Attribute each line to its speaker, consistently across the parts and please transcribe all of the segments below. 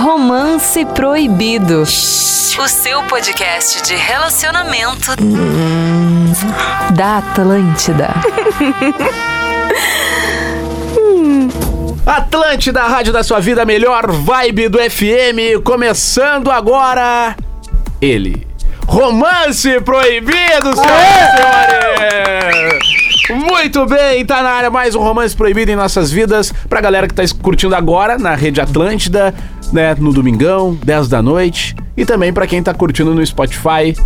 Speaker 1: Romance Proibido. O seu podcast de relacionamento da Atlântida.
Speaker 2: Atlântida, a rádio da sua vida, a melhor vibe do FM, começando agora ele. Romance proibido, senhoras e senhores! Muito bem, tá na área mais um romance proibido em nossas vidas. Pra galera que tá es- curtindo agora na Rede Atlântida, né, no domingão, 10 da noite, e também pra quem tá curtindo no Spotify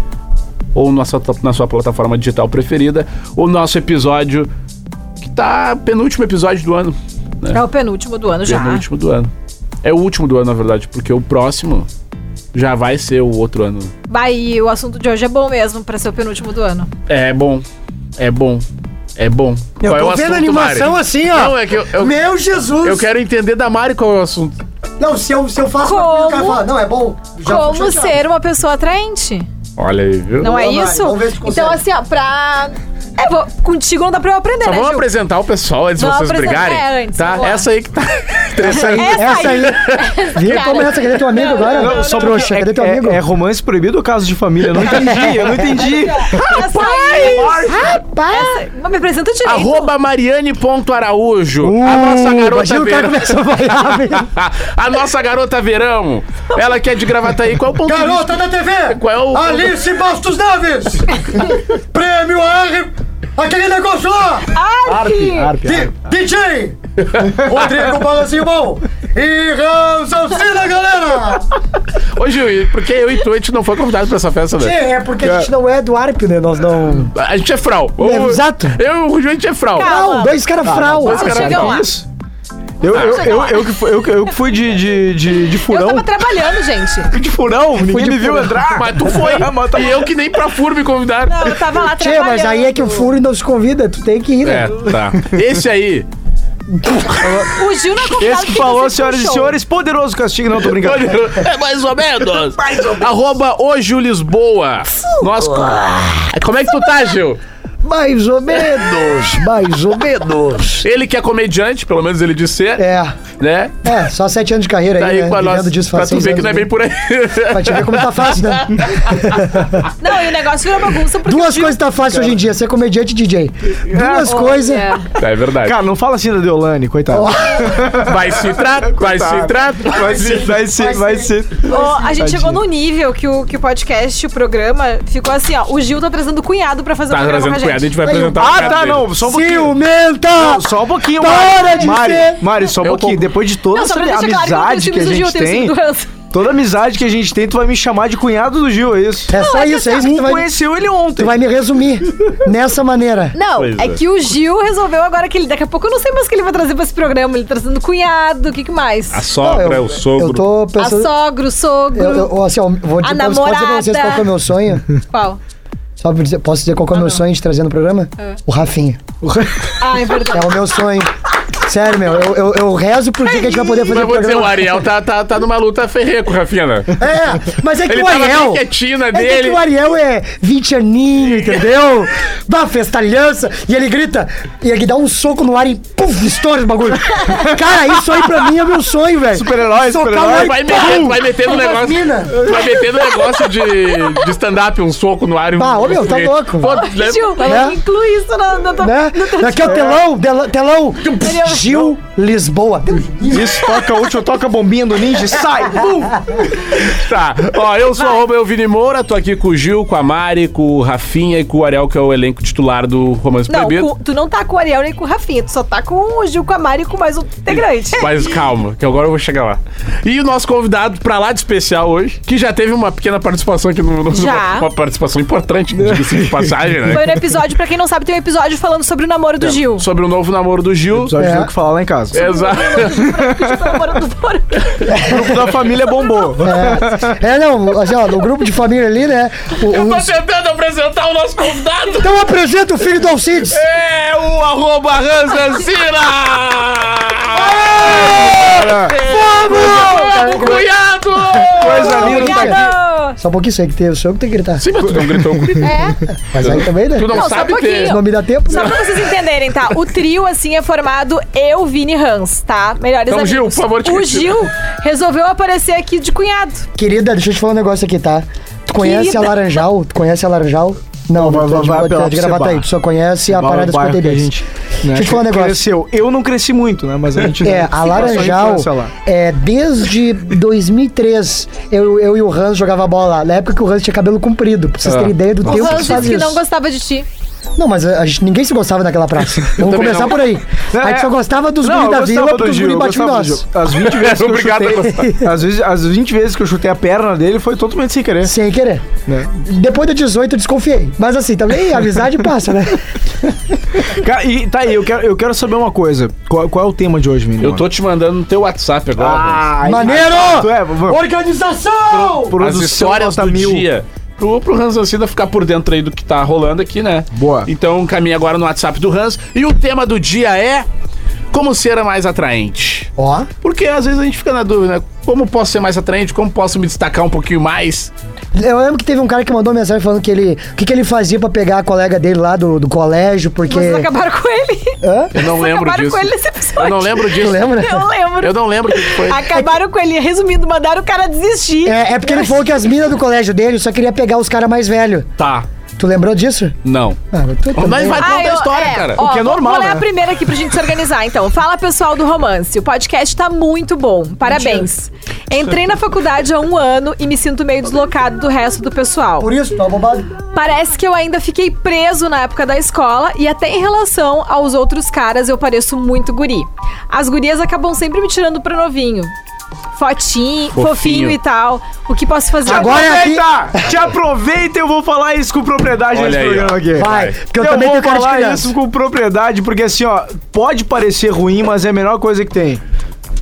Speaker 2: ou na sua, na sua plataforma digital preferida, o nosso episódio que tá penúltimo episódio do ano, né?
Speaker 3: É o penúltimo do ano já.
Speaker 2: penúltimo do ano. É o último do ano, na verdade, porque o próximo já vai ser o outro ano.
Speaker 3: Vai, e o assunto de hoje é bom mesmo pra ser o penúltimo do ano.
Speaker 2: É bom. É bom. É bom.
Speaker 4: Eu tô vendo animação
Speaker 2: Mari?
Speaker 4: assim, ó.
Speaker 2: Não, é que eu, eu,
Speaker 4: Meu Jesus!
Speaker 2: eu quero entender da Mari qual é o assunto.
Speaker 4: Não, se eu, se eu faço
Speaker 3: Como?
Speaker 4: uma coisa, o cara fala, não, é bom. Já
Speaker 3: Como
Speaker 4: fui chateado.
Speaker 3: ser uma pessoa atraente?
Speaker 2: Olha aí, viu?
Speaker 3: Não é
Speaker 4: Boa, Mari,
Speaker 3: isso?
Speaker 4: vamos ver se consegue.
Speaker 3: então, assim, ó, pra. É, vou- Contigo não dá pra eu aprender,
Speaker 2: Só
Speaker 3: né,
Speaker 2: Tá, vamos
Speaker 3: Gil?
Speaker 2: apresentar o pessoal antes de
Speaker 3: Vamos
Speaker 2: vocês
Speaker 3: apresentar
Speaker 2: brigarem.
Speaker 3: ela antes,
Speaker 2: tá?
Speaker 3: vamos lá.
Speaker 2: Essa aí que tá.
Speaker 4: Essa aí,
Speaker 3: tá
Speaker 4: essa aí. Viu como essa? Cadê teu um amigo agora?
Speaker 5: Não, só pra
Speaker 4: Trouxa, cadê teu amigo?
Speaker 5: É, é romance proibido ou caso de família? Eu não entendi, eu não entendi.
Speaker 3: Essa aí, essa- Mas me apresenta direito.
Speaker 2: Arroba Mariane.araújo. a nossa
Speaker 4: Uh,
Speaker 2: garota
Speaker 4: Imagina o cara
Speaker 2: verão.
Speaker 4: começou a vaiar, velho.
Speaker 2: a nossa garota verão. Ela que é de Gravataí. Qual é o ponto de vista?
Speaker 4: Garota da TV!
Speaker 2: Qual é o-
Speaker 4: Alice Bastos Neves! Prêmio R! Aquele negócio lá! D- DJ! Rodrigo Balanzimão! E Ransalcina, galera!
Speaker 2: Ô, Gil, e por que eu e tu, a gente não foi convidado pra essa festa, né?
Speaker 4: É, porque a gente não é do ARP, né? Nós não.
Speaker 2: A gente é frau.
Speaker 4: É,
Speaker 2: O-
Speaker 4: exato.
Speaker 2: Eu e o Gil, a gente é frau.
Speaker 4: Não, dois caras frau!
Speaker 2: dois
Speaker 3: Vamos
Speaker 2: caras
Speaker 3: chegar
Speaker 2: frau.
Speaker 3: lá.
Speaker 5: Isso. Eu, eu, eu, eu, que fui, eu, que- eu que fui de, de, de, de
Speaker 3: Eu
Speaker 5: furão.
Speaker 3: tava trabalhando, gente.
Speaker 5: de furão? Ninguém me viu entrar.
Speaker 2: Mas tá tu foi. e eu que nem pra furo me convidaram.
Speaker 3: Não, eu tava lá
Speaker 4: Tchê,
Speaker 3: trabalhando.
Speaker 4: mas aí é que o furo não se convida, tu tem que ir, né?
Speaker 2: É, tá. Esse aí.
Speaker 3: O Gil não é convidado,
Speaker 5: Esse que
Speaker 3: quem
Speaker 5: falou,
Speaker 3: vocês
Speaker 5: senhoras e
Speaker 3: puxou?
Speaker 5: senhores, poderoso castigo. Não, tô brincando.
Speaker 2: É mais ou menos. Arroba o Gil Lisboa. Nossa. co- Como é que tu tá, Gil?
Speaker 4: Mais ou menos, mais ou menos.
Speaker 2: Ele que é comediante, pelo menos ele diz ser,
Speaker 4: É,
Speaker 2: né?
Speaker 4: é, só sete anos de carreira
Speaker 2: Tá
Speaker 4: aí,
Speaker 2: aí
Speaker 4: né?
Speaker 2: com a
Speaker 4: Vivendo
Speaker 2: nossa.
Speaker 4: disso
Speaker 2: Pra
Speaker 4: faz
Speaker 2: tu
Speaker 4: seis
Speaker 2: ver que
Speaker 4: anos,
Speaker 2: não é
Speaker 4: né?
Speaker 2: bem por aí.
Speaker 4: Pra te ver como tá fácil, né?
Speaker 3: Não, e o negócio virou bagunça porque o
Speaker 4: Duas
Speaker 3: Gil...
Speaker 4: coisas tá fácil hoje em dia, ser comediante e DJ. Duas coisas.
Speaker 3: É.
Speaker 2: É verdade.
Speaker 5: Cara, não fala assim da Deolane, coitado.
Speaker 2: Vai se tratar, vai se tratar. Tá
Speaker 5: Vai ser, vai ser, vai ser.
Speaker 3: Ó, a gente
Speaker 5: Tadinho.
Speaker 3: chegou num nível que o, que o podcast, o programa, ficou assim, ó. O Gil tá trazendo o cunhado pra fazer o
Speaker 2: Tá
Speaker 3: programa
Speaker 2: trazendo
Speaker 3: com a
Speaker 2: cunhado, a
Speaker 3: gente.
Speaker 2: gente vai
Speaker 4: um
Speaker 2: apresentar o
Speaker 5: Ah,
Speaker 2: cunhado
Speaker 5: tá,
Speaker 2: dele.
Speaker 5: não, só um pouquinho.
Speaker 4: Ciumenta!
Speaker 5: Não, Só um pouquinho,
Speaker 4: Para
Speaker 5: Mari.
Speaker 4: de
Speaker 5: Mari,
Speaker 4: ser-
Speaker 5: Mari, só um
Speaker 2: Eu
Speaker 5: pouquinho.
Speaker 2: concordo.
Speaker 5: Depois de toda
Speaker 3: Não, só
Speaker 5: essa
Speaker 3: pra deixar claro que eu não tenho
Speaker 5: amizade que a
Speaker 3: ciúmes do Gil, eu
Speaker 5: gente
Speaker 3: tenho ciúmes
Speaker 5: tem,
Speaker 3: do Hans.
Speaker 5: toda amizade que a gente tem, tu vai me chamar de cunhado do Gil, é isso?
Speaker 4: É só isso, é isso que
Speaker 5: Tu
Speaker 4: tu vai,
Speaker 5: conheceu ele ontem.
Speaker 4: tu vai me resumir. Nessa maneira.
Speaker 3: Não,
Speaker 2: Pois
Speaker 3: é,
Speaker 2: é.
Speaker 3: que o Gil resolveu agora que ele. Daqui a pouco eu não sei mais o que ele vai trazer pra esse programa. Ele tá trazendo cunhado, o que, que mais?
Speaker 2: A
Speaker 3: A,
Speaker 4: Não,
Speaker 2: sogra,
Speaker 4: eu,
Speaker 2: o sogro.
Speaker 4: Eu tô pensando.
Speaker 3: sogra, o sogro.
Speaker 4: Eu, eu, assim, ó, vou
Speaker 3: A
Speaker 4: dizer, posso, posso dizer pra vocês
Speaker 3: namorada.
Speaker 4: qual que é o meu sonho?
Speaker 3: Qual?
Speaker 4: Só pra dizer, posso dizer qual que é o meu sonho de trazer no programa? O Rafinha.
Speaker 3: Ah, é verdade.
Speaker 4: É o meu sonho. Sério, meu, eu, eu, eu rezo pro dia que a gente vai poder
Speaker 2: Mas
Speaker 4: fazer
Speaker 2: eu
Speaker 4: o
Speaker 2: vou dizer, o
Speaker 4: programa.
Speaker 2: Ariel tá, tá, tá numa luta ferreira com o Rafinha, né?
Speaker 4: É, mas é que
Speaker 2: Ele
Speaker 4: o
Speaker 2: tava bem
Speaker 4: Ariel.
Speaker 2: quietinho na
Speaker 4: É que
Speaker 2: dele.
Speaker 4: o Ariel é 20 aninho, entendeu? Dá festalhança e ele grita, e ele dá um soco no ar e puf, estoura o bagulho. Cara, isso aí pra mim é meu sonho, velho.
Speaker 5: Super-herói,
Speaker 4: Socar
Speaker 5: super-herói.
Speaker 4: o ar e
Speaker 2: Vai
Speaker 4: pum,
Speaker 2: metendo, vai metendo um
Speaker 4: umas
Speaker 2: negócio.
Speaker 4: mina.
Speaker 2: Vai metendo um negócio de, de stand-up, um soco no ar e um.
Speaker 4: Ah, ô, meu, tá
Speaker 2: foguete.
Speaker 4: louco.
Speaker 2: Pô, né?
Speaker 3: Gil,
Speaker 4: Né?
Speaker 3: inclui isso na, na tua.
Speaker 4: Né? Aqui é o telão, dela- telão.
Speaker 3: Entendeu?
Speaker 4: Gil Lisboa.
Speaker 5: Isso, toca a última, toca a bombinha do ninja e sai.
Speaker 2: Tá. Ó, eu sou arroba Elvini Moura, tô aqui com o Gil, com a Mari, com o Rafinha e com o Ariel, que é o elenco titular do Romance
Speaker 3: Não,
Speaker 2: Proibido.
Speaker 3: com- tu não tá com o Ariel nem com o Rafinha, tu só tá com o Gil, com a Mari e com mais um integrante.
Speaker 4: É.
Speaker 2: Mas calma, que agora eu vou chegar lá. E o nosso convidado pra lá de especial hoje, que já teve uma pequena participação aqui no nosso.
Speaker 3: Já.
Speaker 2: Uma participação importante, diga-se de passagem, né?
Speaker 3: Foi no episódio, pra quem não sabe, tem um episódio falando sobre o namoro do Gil.
Speaker 2: Sobre o novo namoro do Gil.
Speaker 5: Só
Speaker 4: É.
Speaker 5: tinha o que falar lá em casa.
Speaker 2: Exato.
Speaker 3: Sobre o namoro do Boro.
Speaker 5: O grupo da família bombou.
Speaker 4: É, é, não, assim, ó, no grupo de família ali, né? o-
Speaker 2: Eu tô
Speaker 4: os-
Speaker 2: tentando apresentar o nosso convidado.
Speaker 4: Então apresenta o filho do Alcides.
Speaker 2: É o arroba Ranzancina!
Speaker 5: Cara,
Speaker 2: Fogo! Cunhado!
Speaker 5: Coisa linda tá aqui.
Speaker 3: Obrigado!
Speaker 4: Só um pouquinho, sei que tem o senhor que tem que gritar.
Speaker 2: Sim, mas tu não gritou comigo.
Speaker 3: É,
Speaker 4: Mas aí também, né?
Speaker 2: Tu não,
Speaker 3: Não, só
Speaker 2: sabe
Speaker 3: um
Speaker 2: ter.
Speaker 4: Se não me dá tempo,
Speaker 3: só
Speaker 4: né?
Speaker 3: pra vocês entenderem, tá? O trio, assim, é formado eu, Vini e Hans, tá? Melhores
Speaker 2: Então,
Speaker 3: amigos.
Speaker 2: Gil, por favor, te
Speaker 3: O
Speaker 2: retira.
Speaker 3: Gil resolveu aparecer aqui de cunhado.
Speaker 4: Querida, deixa eu te falar um negócio aqui, tá? Tu conhece
Speaker 3: Querida.
Speaker 4: a Laranjal? Tu conhece a Laranjal? Não,
Speaker 5: Vai-
Speaker 4: não,
Speaker 5: vai-
Speaker 4: tu
Speaker 5: vai
Speaker 4: é de-
Speaker 5: pela
Speaker 4: tu é de gravata aí.
Speaker 5: Psebar.
Speaker 4: Tu só conhece a parada dos
Speaker 5: bairro que a
Speaker 4: 42.
Speaker 5: gente, né,
Speaker 4: Deixa eu te falar um negócio.
Speaker 5: Cresceu. Eu não cresci muito, né? Mas a gente...
Speaker 4: É, a
Speaker 5: passou
Speaker 4: Laranjal,
Speaker 5: infância lá.
Speaker 4: é, desde 2003, eu, eu e o Hans jogava bola lá. Na época que o Hans tinha cabelo comprido, pra vocês
Speaker 5: É.
Speaker 4: terem ideia do
Speaker 3: O
Speaker 4: tempo que
Speaker 3: Hans disse
Speaker 4: faz
Speaker 3: que
Speaker 4: isso.
Speaker 3: não gostava de ti.
Speaker 4: Não, mas a, a gente, ninguém se gostava naquela praça. Vamos
Speaker 5: também
Speaker 4: começar
Speaker 5: não.
Speaker 4: por aí. a gente
Speaker 5: É.
Speaker 4: só gostava dos
Speaker 5: Não,
Speaker 4: guris
Speaker 5: eu
Speaker 4: da
Speaker 5: gostava
Speaker 4: vila,
Speaker 5: do
Speaker 4: porque os
Speaker 5: Gil,
Speaker 4: guris
Speaker 5: eu
Speaker 4: batiam em
Speaker 5: gostava do
Speaker 4: nós.
Speaker 5: Gil. As 20 vezes que eu
Speaker 2: É, Obrigado a
Speaker 5: chutei... Às vezes, as 20 vezes que eu chutei a perna dele foi totalmente sem querer.
Speaker 4: Sem querer.
Speaker 5: Né?
Speaker 4: Depois da 18 eu desconfiei. Mas assim, também a amizade passa, né?
Speaker 5: Cara, e tá aí, eu quero, eu quero saber uma coisa. Qual, qual é o tema de hoje, menino?
Speaker 2: Eu tô te mandando no teu WhatsApp agora.
Speaker 5: Ah,
Speaker 4: Maneiro!
Speaker 5: Tu é, vamos.
Speaker 4: Organização!
Speaker 2: Hans. As histórias do dia. Pro, pro Hans Ancida ficar por dentro aí do que tá rolando aqui, né?
Speaker 5: Boa.
Speaker 2: Então caminha agora no WhatsApp do Hans. E o tema do dia é como ser a mais atraente.
Speaker 4: Ó,
Speaker 2: Porque às vezes a gente fica na dúvida, né? Como posso ser mais atraente? Como posso me destacar um pouquinho mais?
Speaker 4: eu lembro que teve um cara que mandou mensagem falando que ele. O que, que ele fazia pra pegar a colega dele lá do, do colégio, porque.
Speaker 3: Vocês acabaram com ele.
Speaker 4: Hã?
Speaker 2: Eu não
Speaker 3: Vocês
Speaker 2: lembro
Speaker 3: acabaram
Speaker 2: disso.
Speaker 3: com ele nesse episódio.
Speaker 2: Eu não lembro disso.
Speaker 4: Tu lembra?
Speaker 3: Eu lembro.
Speaker 2: Eu não lembro o que foi.
Speaker 3: Acabaram com ele. Resumindo, mandaram o cara desistir.
Speaker 4: É, é porque ele falou que as minas do colégio dele só queria pegar os caras mais velhos.
Speaker 2: Tá.
Speaker 4: Tu lembrou disso?
Speaker 2: Não.
Speaker 4: Ah, mas tu
Speaker 2: Mas
Speaker 4: também-
Speaker 2: vai contar a
Speaker 3: Ah, eu-
Speaker 2: história, cara.
Speaker 3: ó,
Speaker 5: O que é
Speaker 3: vou-
Speaker 5: normal,
Speaker 3: Vou ler
Speaker 5: né?
Speaker 3: a primeira aqui pra gente se organizar, então. Fala, pessoal do Romance. O podcast tá muito bom. Parabéns. Entrei na faculdade há um ano e me sinto meio deslocado do resto do pessoal.
Speaker 4: Por isso, tá bobado.
Speaker 3: Parece que eu ainda fiquei preso na época da escola e até em relação aos outros caras eu pareço muito guri. As gurias acabam sempre me tirando pra novinho. Fotinho, fofinho,
Speaker 2: Fofinho.
Speaker 3: e tal. O que posso fazer?
Speaker 4: Agora é aqui.
Speaker 5: Aproveita! Te aproveita, eu vou falar isso com propriedade
Speaker 2: Olha
Speaker 5: nesse
Speaker 2: aí,
Speaker 5: programa
Speaker 2: ó.
Speaker 5: aqui.
Speaker 4: Vai, porque eu,
Speaker 5: eu
Speaker 4: também
Speaker 5: vou
Speaker 4: tenho cara de
Speaker 5: falar
Speaker 4: criança.
Speaker 5: isso com propriedade, porque assim, ó, pode parecer ruim, mas é a melhor coisa que tem.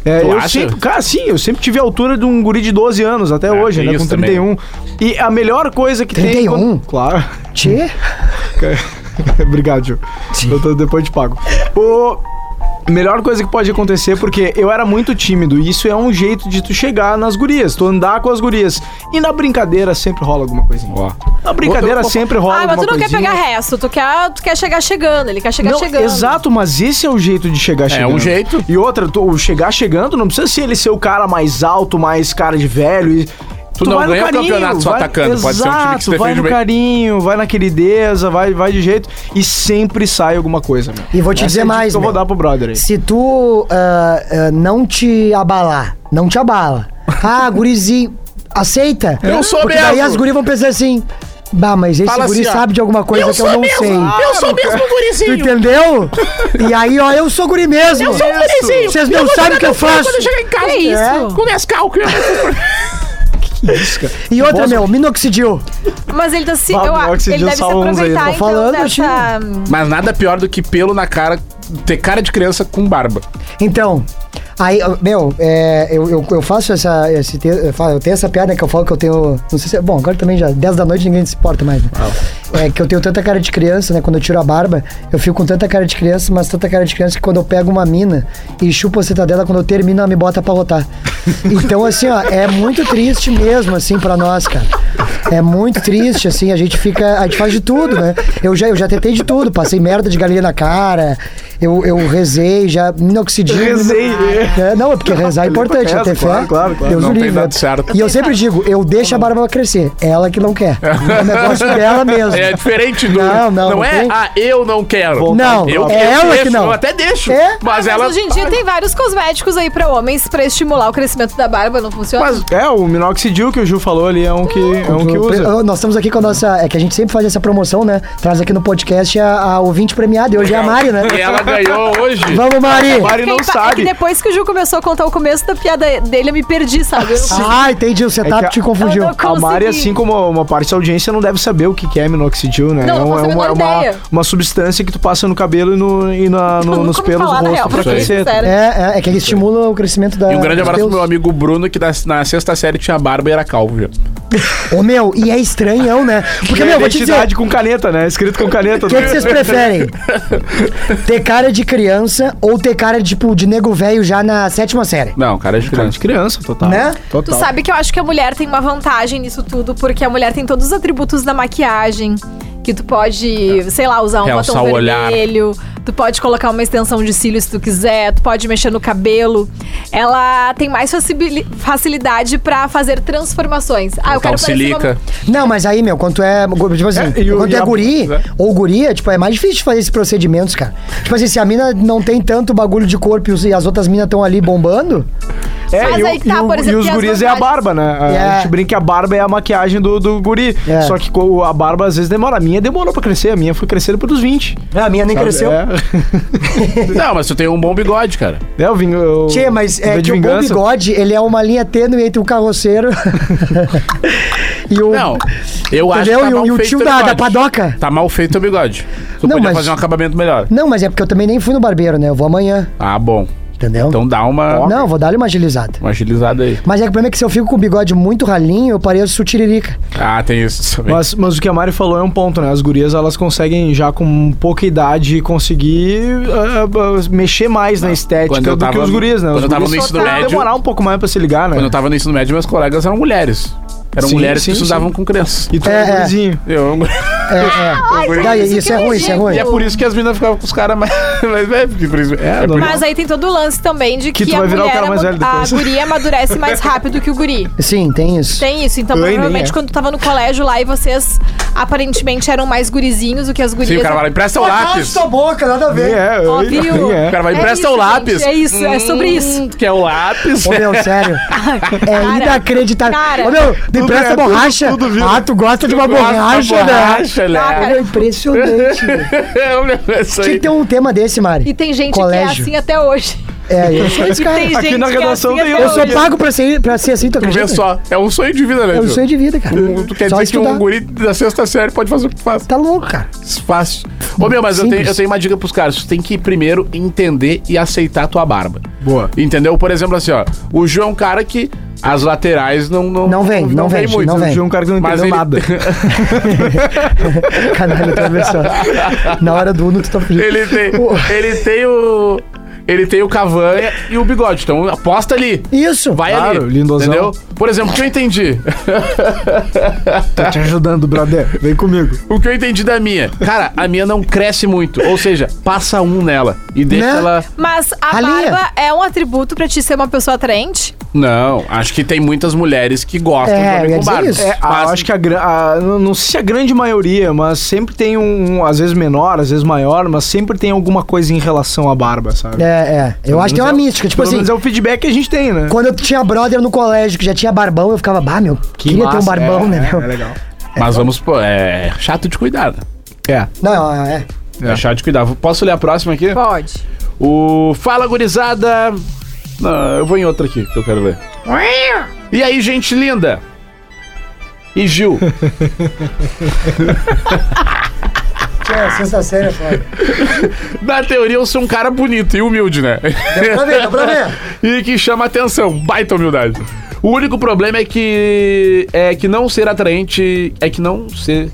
Speaker 5: É,
Speaker 2: Tu
Speaker 5: eu
Speaker 2: acha?
Speaker 5: sempre, cara, sim, eu sempre tive a altura de um guri de 12 anos, até hoje,
Speaker 2: É, tem
Speaker 5: né? Com
Speaker 2: isso também.
Speaker 5: 31. E a melhor coisa que tem. é
Speaker 4: 31?
Speaker 5: quando- Claro.
Speaker 4: Tchê?
Speaker 5: Obrigado, Gil. Eu tô- depois te pago. O. Melhor coisa que pode acontecer, porque eu era muito tímido, e isso é um jeito de tu chegar nas gurias, tu andar com as gurias. E na brincadeira sempre rola alguma coisinha.
Speaker 2: Ó.
Speaker 5: Na brincadeira sempre rola
Speaker 3: Ah, mas tu
Speaker 5: alguma
Speaker 3: não quer
Speaker 5: coisinha.
Speaker 3: pegar resto, tu quer, tu quer chegar chegando, ele quer chegar
Speaker 5: Não,
Speaker 3: Tá chegando.
Speaker 5: Exato, mas esse é o jeito de chegar chegando.
Speaker 2: um jeito.
Speaker 5: E outra, tu- o chegar chegando não precisa ser ele ser o cara mais alto, mais cara de velho. e-
Speaker 2: Tu não
Speaker 5: vai no
Speaker 2: ganha o campeonato só atacando, pode ser um time que se
Speaker 5: Exato, vai
Speaker 2: defende
Speaker 5: no
Speaker 2: bem.
Speaker 5: carinho, vai na querideza, vai, vai de jeito. E sempre sai alguma coisa, meu.
Speaker 4: E vou te
Speaker 5: Essa
Speaker 4: dizer
Speaker 5: é a dica
Speaker 4: mais, né?
Speaker 5: que Eu vou
Speaker 4: meu.
Speaker 5: dar pro brother aí.
Speaker 4: Se tu ah, ah, não te abalar, não te abala. Ah, gurizinho, aceita.
Speaker 2: Eu sou
Speaker 4: Porque daí
Speaker 2: mesmo.
Speaker 4: as guris vão pensar assim, bah, mas esse
Speaker 2: Fala
Speaker 4: guri
Speaker 2: assim, ó,
Speaker 4: sabe de alguma coisa é que eu não sei.
Speaker 2: um- Eu sou mesmo
Speaker 4: Tu
Speaker 2: gurizinho.
Speaker 4: entendeu? e aí, ó, eu sou guri mesmo.
Speaker 2: Eu sou um gurizinho.
Speaker 4: Vocês não sabem o que eu faço.
Speaker 2: Quando eu chegar em casa.
Speaker 3: Que isso?
Speaker 2: Com Nescau, que eu
Speaker 4: E outra,
Speaker 5: Bosta.
Speaker 4: meu, minoxidil.
Speaker 3: Mas ele tá se.
Speaker 5: Bah,
Speaker 3: eu,
Speaker 5: melhor que
Speaker 3: acho
Speaker 5: esses
Speaker 3: ele
Speaker 5: dias
Speaker 3: deve se
Speaker 5: salva uns aí,
Speaker 3: aproveitar
Speaker 5: tô
Speaker 3: então
Speaker 4: falando,
Speaker 3: dessa.
Speaker 2: Mas nada pior do que pelo na cara, ter cara de criança com barba.
Speaker 4: Então, aí, ó, meu, é, eu, eu, eu faço essa. Esse, te- eu falo- eu tenho essa piada que eu falo que eu tenho. Não sei se. é- Bom, agora também já. 10 da noite ninguém se importa mais. Né? É que eu tenho tanta cara de criança, né? Quando eu tiro a barba, eu fico com tanta cara de criança, mas tanta cara de criança que quando eu pego uma mina e chupo a citadela, quando eu termino, ela me bota pra rotar. Então, assim, ó, é muito triste mesmo, assim, pra nós, cara. É muito triste, assim, a gente fica. A gente faz de tudo, né? Eu já, eu já tentei de tudo, passei merda de galinha na cara, eu, eu rezei, já minoxidil.
Speaker 5: Rezei,
Speaker 4: É, não, é porque rezar é importante,
Speaker 5: reza,
Speaker 4: né? ter fé.
Speaker 5: claro, claro, claro.
Speaker 4: Deus
Speaker 2: Não
Speaker 4: o
Speaker 2: tem
Speaker 4: livre,
Speaker 2: dado
Speaker 4: né?
Speaker 2: certo.
Speaker 4: E eu sempre digo, eu deixo a barba crescer. Ela que não quer. É um negócio dela mesmo.
Speaker 2: É diferente do.
Speaker 4: Não, não,
Speaker 2: Não
Speaker 4: não
Speaker 2: é,
Speaker 4: tem.
Speaker 2: ah, eu não quero.
Speaker 4: Não,
Speaker 2: eu
Speaker 4: é
Speaker 2: eu
Speaker 4: ela
Speaker 2: deixo,
Speaker 4: que não.
Speaker 2: Eu até deixo.
Speaker 4: É?
Speaker 2: Mas, ela.
Speaker 3: Hoje em dia tem vários cosméticos aí pra homens pra estimular o crescimento da barba, não funciona?
Speaker 2: Mas-
Speaker 5: É, o minoxidil que o Ju falou ali é um que, é um que usa.
Speaker 4: Nós estamos aqui com a nossa. É que a gente sempre faz essa promoção, né? Traz aqui no podcast a, a ouvinte premiada. E hoje é a Mari, né?
Speaker 2: E ela ganhou hoje.
Speaker 4: Vamos, Mari!
Speaker 5: Mari não
Speaker 3: Quem fa- É que
Speaker 5: sabe.
Speaker 3: depois que o Ju começou a contar o começo da piada dele, eu me perdi, sabe? Eu não
Speaker 4: Ah, entendi. O
Speaker 5: É
Speaker 4: setup
Speaker 5: que a-
Speaker 4: te confundiu.
Speaker 3: Eu não-
Speaker 5: A
Speaker 2: é
Speaker 5: Mari,
Speaker 3: Consegui.
Speaker 5: assim como uma parte da audiência, não deve saber o que que é minoxidil, né?
Speaker 3: Não,
Speaker 5: é
Speaker 3: não
Speaker 5: um-
Speaker 3: faço a
Speaker 5: é uma,
Speaker 3: menor
Speaker 5: é uma-
Speaker 3: ideia.
Speaker 5: uma substância que tu passa no cabelo e, no, e na- no-
Speaker 3: Eu nunca
Speaker 5: nos
Speaker 3: ouvi
Speaker 5: pelos do
Speaker 3: falar, na
Speaker 5: rosto
Speaker 3: real,
Speaker 5: pra
Speaker 3: pra ser
Speaker 5: crescer.
Speaker 3: sincera.
Speaker 4: É, é, é que ele estimula o crescimento da.
Speaker 2: E um grande
Speaker 4: dos
Speaker 2: abraço pro
Speaker 4: pelos.
Speaker 2: meu amigo Bruno, que na, na sexta série tinha barba e era calvo já.
Speaker 4: Ô, meu, e é estranhão, né? Porque,
Speaker 5: Porque,
Speaker 4: meu, vou te dizer.
Speaker 5: identidade com caneta, né? Escrito com caneta.
Speaker 4: O que, que vocês preferem? ter cara de criança ou ter cara, tipo, de nego velho já na sétima série?
Speaker 2: Não, cara é de
Speaker 5: Cara é de
Speaker 2: criança.
Speaker 5: criança, total.
Speaker 4: Né?
Speaker 5: Total.
Speaker 3: Tu sabe que eu acho que a mulher tem uma vantagem nisso tudo, porque a mulher tem todos os atributos da maquiagem. Que tu pode, sei lá, usar um
Speaker 2: É. Realçar
Speaker 3: batom
Speaker 2: o olhar.
Speaker 3: vermelho, tu pode colocar uma extensão de cílio se tu quiser, tu pode mexer no cabelo. Ela tem mais facibili- facilidade pra fazer transformações. Ah, eu
Speaker 2: Botar
Speaker 3: quero
Speaker 2: um silica.
Speaker 4: Não, mas aí, meu, quando tu é. Tipo assim,
Speaker 5: É, e o-
Speaker 4: quando tu
Speaker 5: e
Speaker 4: é
Speaker 5: a-
Speaker 4: guri
Speaker 2: né?
Speaker 4: ou guria, tipo, é mais difícil de fazer esses procedimentos, cara. Tipo assim, se a mina não tem tanto bagulho de corpo e os- e as outras minas estão ali bombando.
Speaker 5: É,
Speaker 3: Mas
Speaker 5: e, o-
Speaker 3: aí que tá,
Speaker 5: e o-
Speaker 3: por exemplo,
Speaker 5: e os
Speaker 3: e as
Speaker 5: guris é a
Speaker 3: vantagens?
Speaker 5: barba, né? A-
Speaker 4: É.
Speaker 5: A gente brinca que a barba é a maquiagem do, do guri.
Speaker 4: É.
Speaker 5: Só que co- a barba às vezes demora. A minha demorou pra crescer, a minha foi crescendo pelos 20.
Speaker 4: A minha nem
Speaker 5: sabe? É.
Speaker 2: Não, mas tu tem um bom bigode, cara.
Speaker 5: É, eu vim. Eu,
Speaker 4: Tchê, mas é
Speaker 5: V de
Speaker 4: que o bom
Speaker 5: vingança.
Speaker 4: bigode, ele é uma linha tênue entre o carroceiro e o.
Speaker 2: Não, eu acho
Speaker 4: Entendeu?
Speaker 2: que tá
Speaker 4: E Uhum. o-
Speaker 2: mal
Speaker 4: e o
Speaker 2: feito
Speaker 4: tio
Speaker 2: teu
Speaker 4: da- da
Speaker 2: bigode.
Speaker 4: padoca.
Speaker 2: Tá mal feito o bigode. Tu
Speaker 4: Não,
Speaker 2: podia
Speaker 4: mas-
Speaker 2: fazer um acabamento melhor.
Speaker 4: Não, mas é porque eu também nem fui no barbeiro, né? Eu vou amanhã,
Speaker 2: Ah, bom.
Speaker 4: entendeu?
Speaker 2: Então dá uma,
Speaker 4: Não, vou dar-lhe uma agilizada.
Speaker 2: uma agilizada aí.
Speaker 4: Mas é que o problema é que se eu fico com o bigode muito ralinho, eu pareço tiririca.
Speaker 2: Ah, tem isso também.
Speaker 5: Mas, mas o que a Mari falou é um ponto, né? As gurias, elas conseguem já com pouca idade conseguir ah, ah, mexer mais na estética
Speaker 2: Quando eu
Speaker 5: do que
Speaker 2: tava-
Speaker 5: os gurias, né?
Speaker 2: quando
Speaker 5: Os
Speaker 2: eu tava
Speaker 5: gurias
Speaker 2: no
Speaker 5: só
Speaker 2: ensino
Speaker 5: tem que
Speaker 2: médio-
Speaker 5: demorar um pouco mais pra se ligar, né?
Speaker 2: Quando eu tava no ensino médio, meus colegas eram mulheres. Eram
Speaker 5: Sim,
Speaker 2: mulheres
Speaker 5: sim,
Speaker 2: que estudavam com criança.
Speaker 5: E tu
Speaker 4: É,
Speaker 5: é,
Speaker 4: é.
Speaker 5: um gurizinho.
Speaker 2: Eu,
Speaker 4: É, é.
Speaker 3: mas
Speaker 4: Daí,
Speaker 3: isso
Speaker 4: isso
Speaker 3: que
Speaker 4: é
Speaker 3: eu
Speaker 4: ruim, isso é
Speaker 3: digo.
Speaker 4: ruim.
Speaker 2: E é por isso que as meninas ficavam com os caras mais, mais velhos. porque por isso- É, por-
Speaker 3: Mas aí tem todo o lance também de que,
Speaker 5: Que tu
Speaker 3: a
Speaker 5: vai
Speaker 3: mulher,
Speaker 5: virar o cara mais
Speaker 3: ama-
Speaker 5: velho
Speaker 3: a
Speaker 5: depois.
Speaker 3: guria amadurece mais rápido que o guri.
Speaker 4: Sim, tem isso.
Speaker 3: Tem isso, então
Speaker 5: Eu ainda
Speaker 3: provavelmente
Speaker 5: é.
Speaker 3: quando tu tava no colégio lá e vocês aparentemente eram mais gurizinhos do que as gurias. né?
Speaker 2: Sim, o cara fala, empresta o lápis. O
Speaker 4: boca, nada a
Speaker 5: É, eu-
Speaker 3: Ó, viu?
Speaker 5: é.
Speaker 2: cara vai,
Speaker 3: É
Speaker 2: empresta
Speaker 3: isso,
Speaker 2: o lápis.
Speaker 3: gente, é isso, é sobre isso.
Speaker 2: Hum, Quer o lápis?
Speaker 4: Ô meu, sério. É
Speaker 3: Cara,
Speaker 4: inacreditável.
Speaker 3: cara.
Speaker 4: Ô meu, me presta
Speaker 5: é, tudo-
Speaker 4: borracha.
Speaker 5: tudo vira.
Speaker 4: ah, tu gosta de uma
Speaker 2: Gosta da
Speaker 4: borracha, né?
Speaker 2: borracha, né?
Speaker 3: Ah, cara,
Speaker 4: Cara, é impressionante. velho.
Speaker 2: Eu lembro disso
Speaker 4: Tinha que
Speaker 2: aí.
Speaker 4: ter um tema desse, Mari.
Speaker 3: E tem gente
Speaker 4: Colégio.
Speaker 3: que é assim até hoje.
Speaker 4: É, eu sou esse
Speaker 3: E
Speaker 4: cara.
Speaker 3: tem
Speaker 5: aqui
Speaker 3: gente
Speaker 5: na
Speaker 3: que é
Speaker 5: redação
Speaker 3: assim
Speaker 5: tem
Speaker 3: até
Speaker 4: Eu sou
Speaker 3: hoje.
Speaker 4: pago pra ser, pra ser assim, tu acredita?
Speaker 2: Vê só, é um sonho de vida, né?
Speaker 4: É um
Speaker 2: Ju?
Speaker 4: sonho de vida, cara.
Speaker 2: Tu, tu quer
Speaker 4: Só
Speaker 2: dizer que
Speaker 4: estudar.
Speaker 2: um guri da sexta série pode fazer o que faz?
Speaker 4: Tá louco, cara.
Speaker 2: Fácil. Ô meu, mas eu
Speaker 4: Simples.
Speaker 2: tenho, eu tenho uma dica pros caras. Tu tem que primeiro entender e aceitar a tua barba.
Speaker 5: Boa.
Speaker 2: Entendeu? Por exemplo, assim, ó. O Ju é um cara que as laterais não. Não,
Speaker 4: Não vem, não vem,
Speaker 2: muito. né?
Speaker 4: não vem.
Speaker 5: Tinha um cara que não
Speaker 2: É. Mas
Speaker 5: entendeu
Speaker 2: ele-
Speaker 5: nada.
Speaker 4: Caralho, eu tô abençoado. Na hora do Uno, tu tá fugindo.
Speaker 2: Ele tem,
Speaker 4: O-
Speaker 2: ele tem o. Ele tem o cavanha e o bigode. Então aposta ali.
Speaker 4: Isso.
Speaker 2: Vai
Speaker 5: Claro,
Speaker 2: ali.
Speaker 5: lindosão.
Speaker 2: Entendeu? Por exemplo, o que eu entendi.
Speaker 5: Tô Tá te ajudando, brother. Vem comigo.
Speaker 2: O que eu entendi da minha. Cara, a minha não cresce muito. Ou seja, passa um nela e deixa
Speaker 4: Né?
Speaker 2: ela.
Speaker 3: Mas a
Speaker 4: Ralinha.
Speaker 3: barba é um atributo pra te ser uma pessoa atraente?
Speaker 2: Não, acho que tem muitas mulheres que gostam
Speaker 4: É,
Speaker 2: de
Speaker 4: eu
Speaker 2: homem
Speaker 4: ia
Speaker 2: com
Speaker 4: dizer
Speaker 2: barba.
Speaker 4: isso.
Speaker 5: É, a-
Speaker 2: Mas-
Speaker 5: eu acho que a, gran- a- não não sei se a grande maioria, mas sempre tem um, um, às vezes menor, às vezes maior, mas sempre tem alguma coisa em relação à barba, sabe?
Speaker 4: É, é. Eu acho que tem uma
Speaker 5: Pelo menos é-
Speaker 4: mística. Tipo
Speaker 5: pelo
Speaker 4: assim,
Speaker 5: menos é o feedback que a gente tem, né?
Speaker 4: quando eu tinha brother no colégio que já tinha barbão, eu ficava, bah, meu, queria ter um
Speaker 5: massa,
Speaker 4: barbão,
Speaker 5: é,
Speaker 4: né,
Speaker 5: É,
Speaker 4: meu?
Speaker 5: é legal.
Speaker 2: Mas vamos, pô, é chato de cuidar. né?
Speaker 5: É.
Speaker 4: Não, é.
Speaker 2: É. chato de cuidar. Posso ler a próxima aqui?
Speaker 3: Pode.
Speaker 2: O Fala Gurizada. Não, eu vou em outra aqui que eu quero ler. E aí, gente linda? E Gil?
Speaker 4: Tinha sensação, foda.
Speaker 2: Na teoria, eu sou um cara bonito e humilde, né?
Speaker 4: Pra ver, dá pra ver.
Speaker 2: e que chama atenção. Baita humildade. O único problema é que. É que não ser atraente. É que não ser.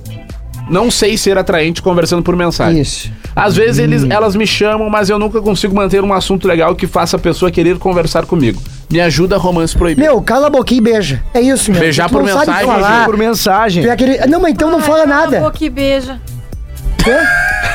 Speaker 2: Não sei ser atraente conversando por mensagem.
Speaker 4: Isso.
Speaker 2: Às vezes eles, elas me chamam, mas eu nunca consigo manter um assunto legal que faça a pessoa querer conversar comigo. Me ajuda romance proibido.
Speaker 4: Meu, cala a boquinha e beija. É isso, meu.
Speaker 2: Beijar
Speaker 4: Tu não
Speaker 2: por
Speaker 4: sabe
Speaker 2: mensagem,
Speaker 4: falar.
Speaker 5: Por mensagem.
Speaker 4: Tu é aquele- Não, mas então não
Speaker 3: Ai,
Speaker 4: fala
Speaker 3: Cala a
Speaker 4: nada.
Speaker 3: boca e beija.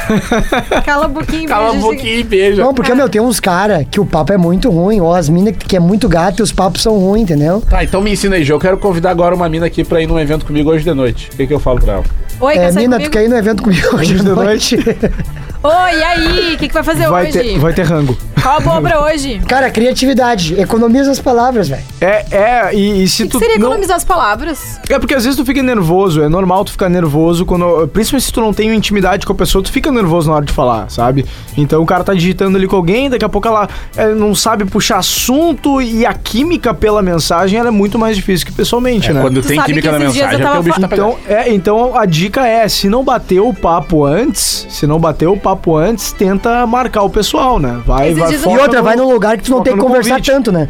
Speaker 3: Cala a boquinha e
Speaker 2: Cala a
Speaker 3: beija.
Speaker 2: boquinha e beija.
Speaker 4: Não, porque, meu, tem uns caras que o papo é muito ruim, ou as minas que é muito gato e os papos são ruins, entendeu?
Speaker 2: Tá, então me ensina aí, Gê. Eu quero convidar agora uma mina aqui pra ir num evento comigo hoje de noite. O que, que eu falo pra ela?
Speaker 3: Oi,
Speaker 4: É,
Speaker 3: quer sair
Speaker 4: mina, tu
Speaker 3: comigo?
Speaker 4: quer ir no evento comigo hoje de
Speaker 5: de
Speaker 4: noite?
Speaker 3: Oi, e aí? O que, que vai fazer
Speaker 5: Vai
Speaker 3: hoje?
Speaker 5: ter, vai ter rango.
Speaker 3: Qual a boa pra hoje? O
Speaker 4: Cara, criatividade. Economiza as palavras, velho.
Speaker 5: É, é, e, e
Speaker 3: que,
Speaker 5: se
Speaker 3: que
Speaker 5: tu.
Speaker 3: seria
Speaker 5: não-
Speaker 3: economizar as palavras?
Speaker 5: É porque às vezes tu fica nervoso, é normal tu ficar nervoso quando. Principalmente se tu não tem intimidade com a pessoa, tu fica nervoso na hora de falar, sabe? Então o cara tá digitando ali com alguém, daqui a pouco ela é, não sabe puxar assunto e a química pela mensagem ela é muito mais difícil que
Speaker 4: É,
Speaker 5: pessoalmente, né?
Speaker 2: É, quando
Speaker 3: Tu
Speaker 2: tem
Speaker 3: sabe
Speaker 2: química
Speaker 3: que
Speaker 2: na
Speaker 3: esses dias
Speaker 2: mensagem,
Speaker 3: eu
Speaker 2: até o
Speaker 3: tava
Speaker 2: bicho tá
Speaker 5: Então,
Speaker 2: pegando.
Speaker 5: é, então a dica é, se não bater o papo antes, se não bater o papo antes, tenta marcar o pessoal, né? Vai,
Speaker 3: Esses
Speaker 5: vai
Speaker 3: dias eu
Speaker 5: foca
Speaker 4: E outra,
Speaker 5: no-
Speaker 4: vai num lugar que tu não
Speaker 5: foca
Speaker 4: tem que
Speaker 5: no
Speaker 4: conversar
Speaker 5: convite.
Speaker 4: tanto, né?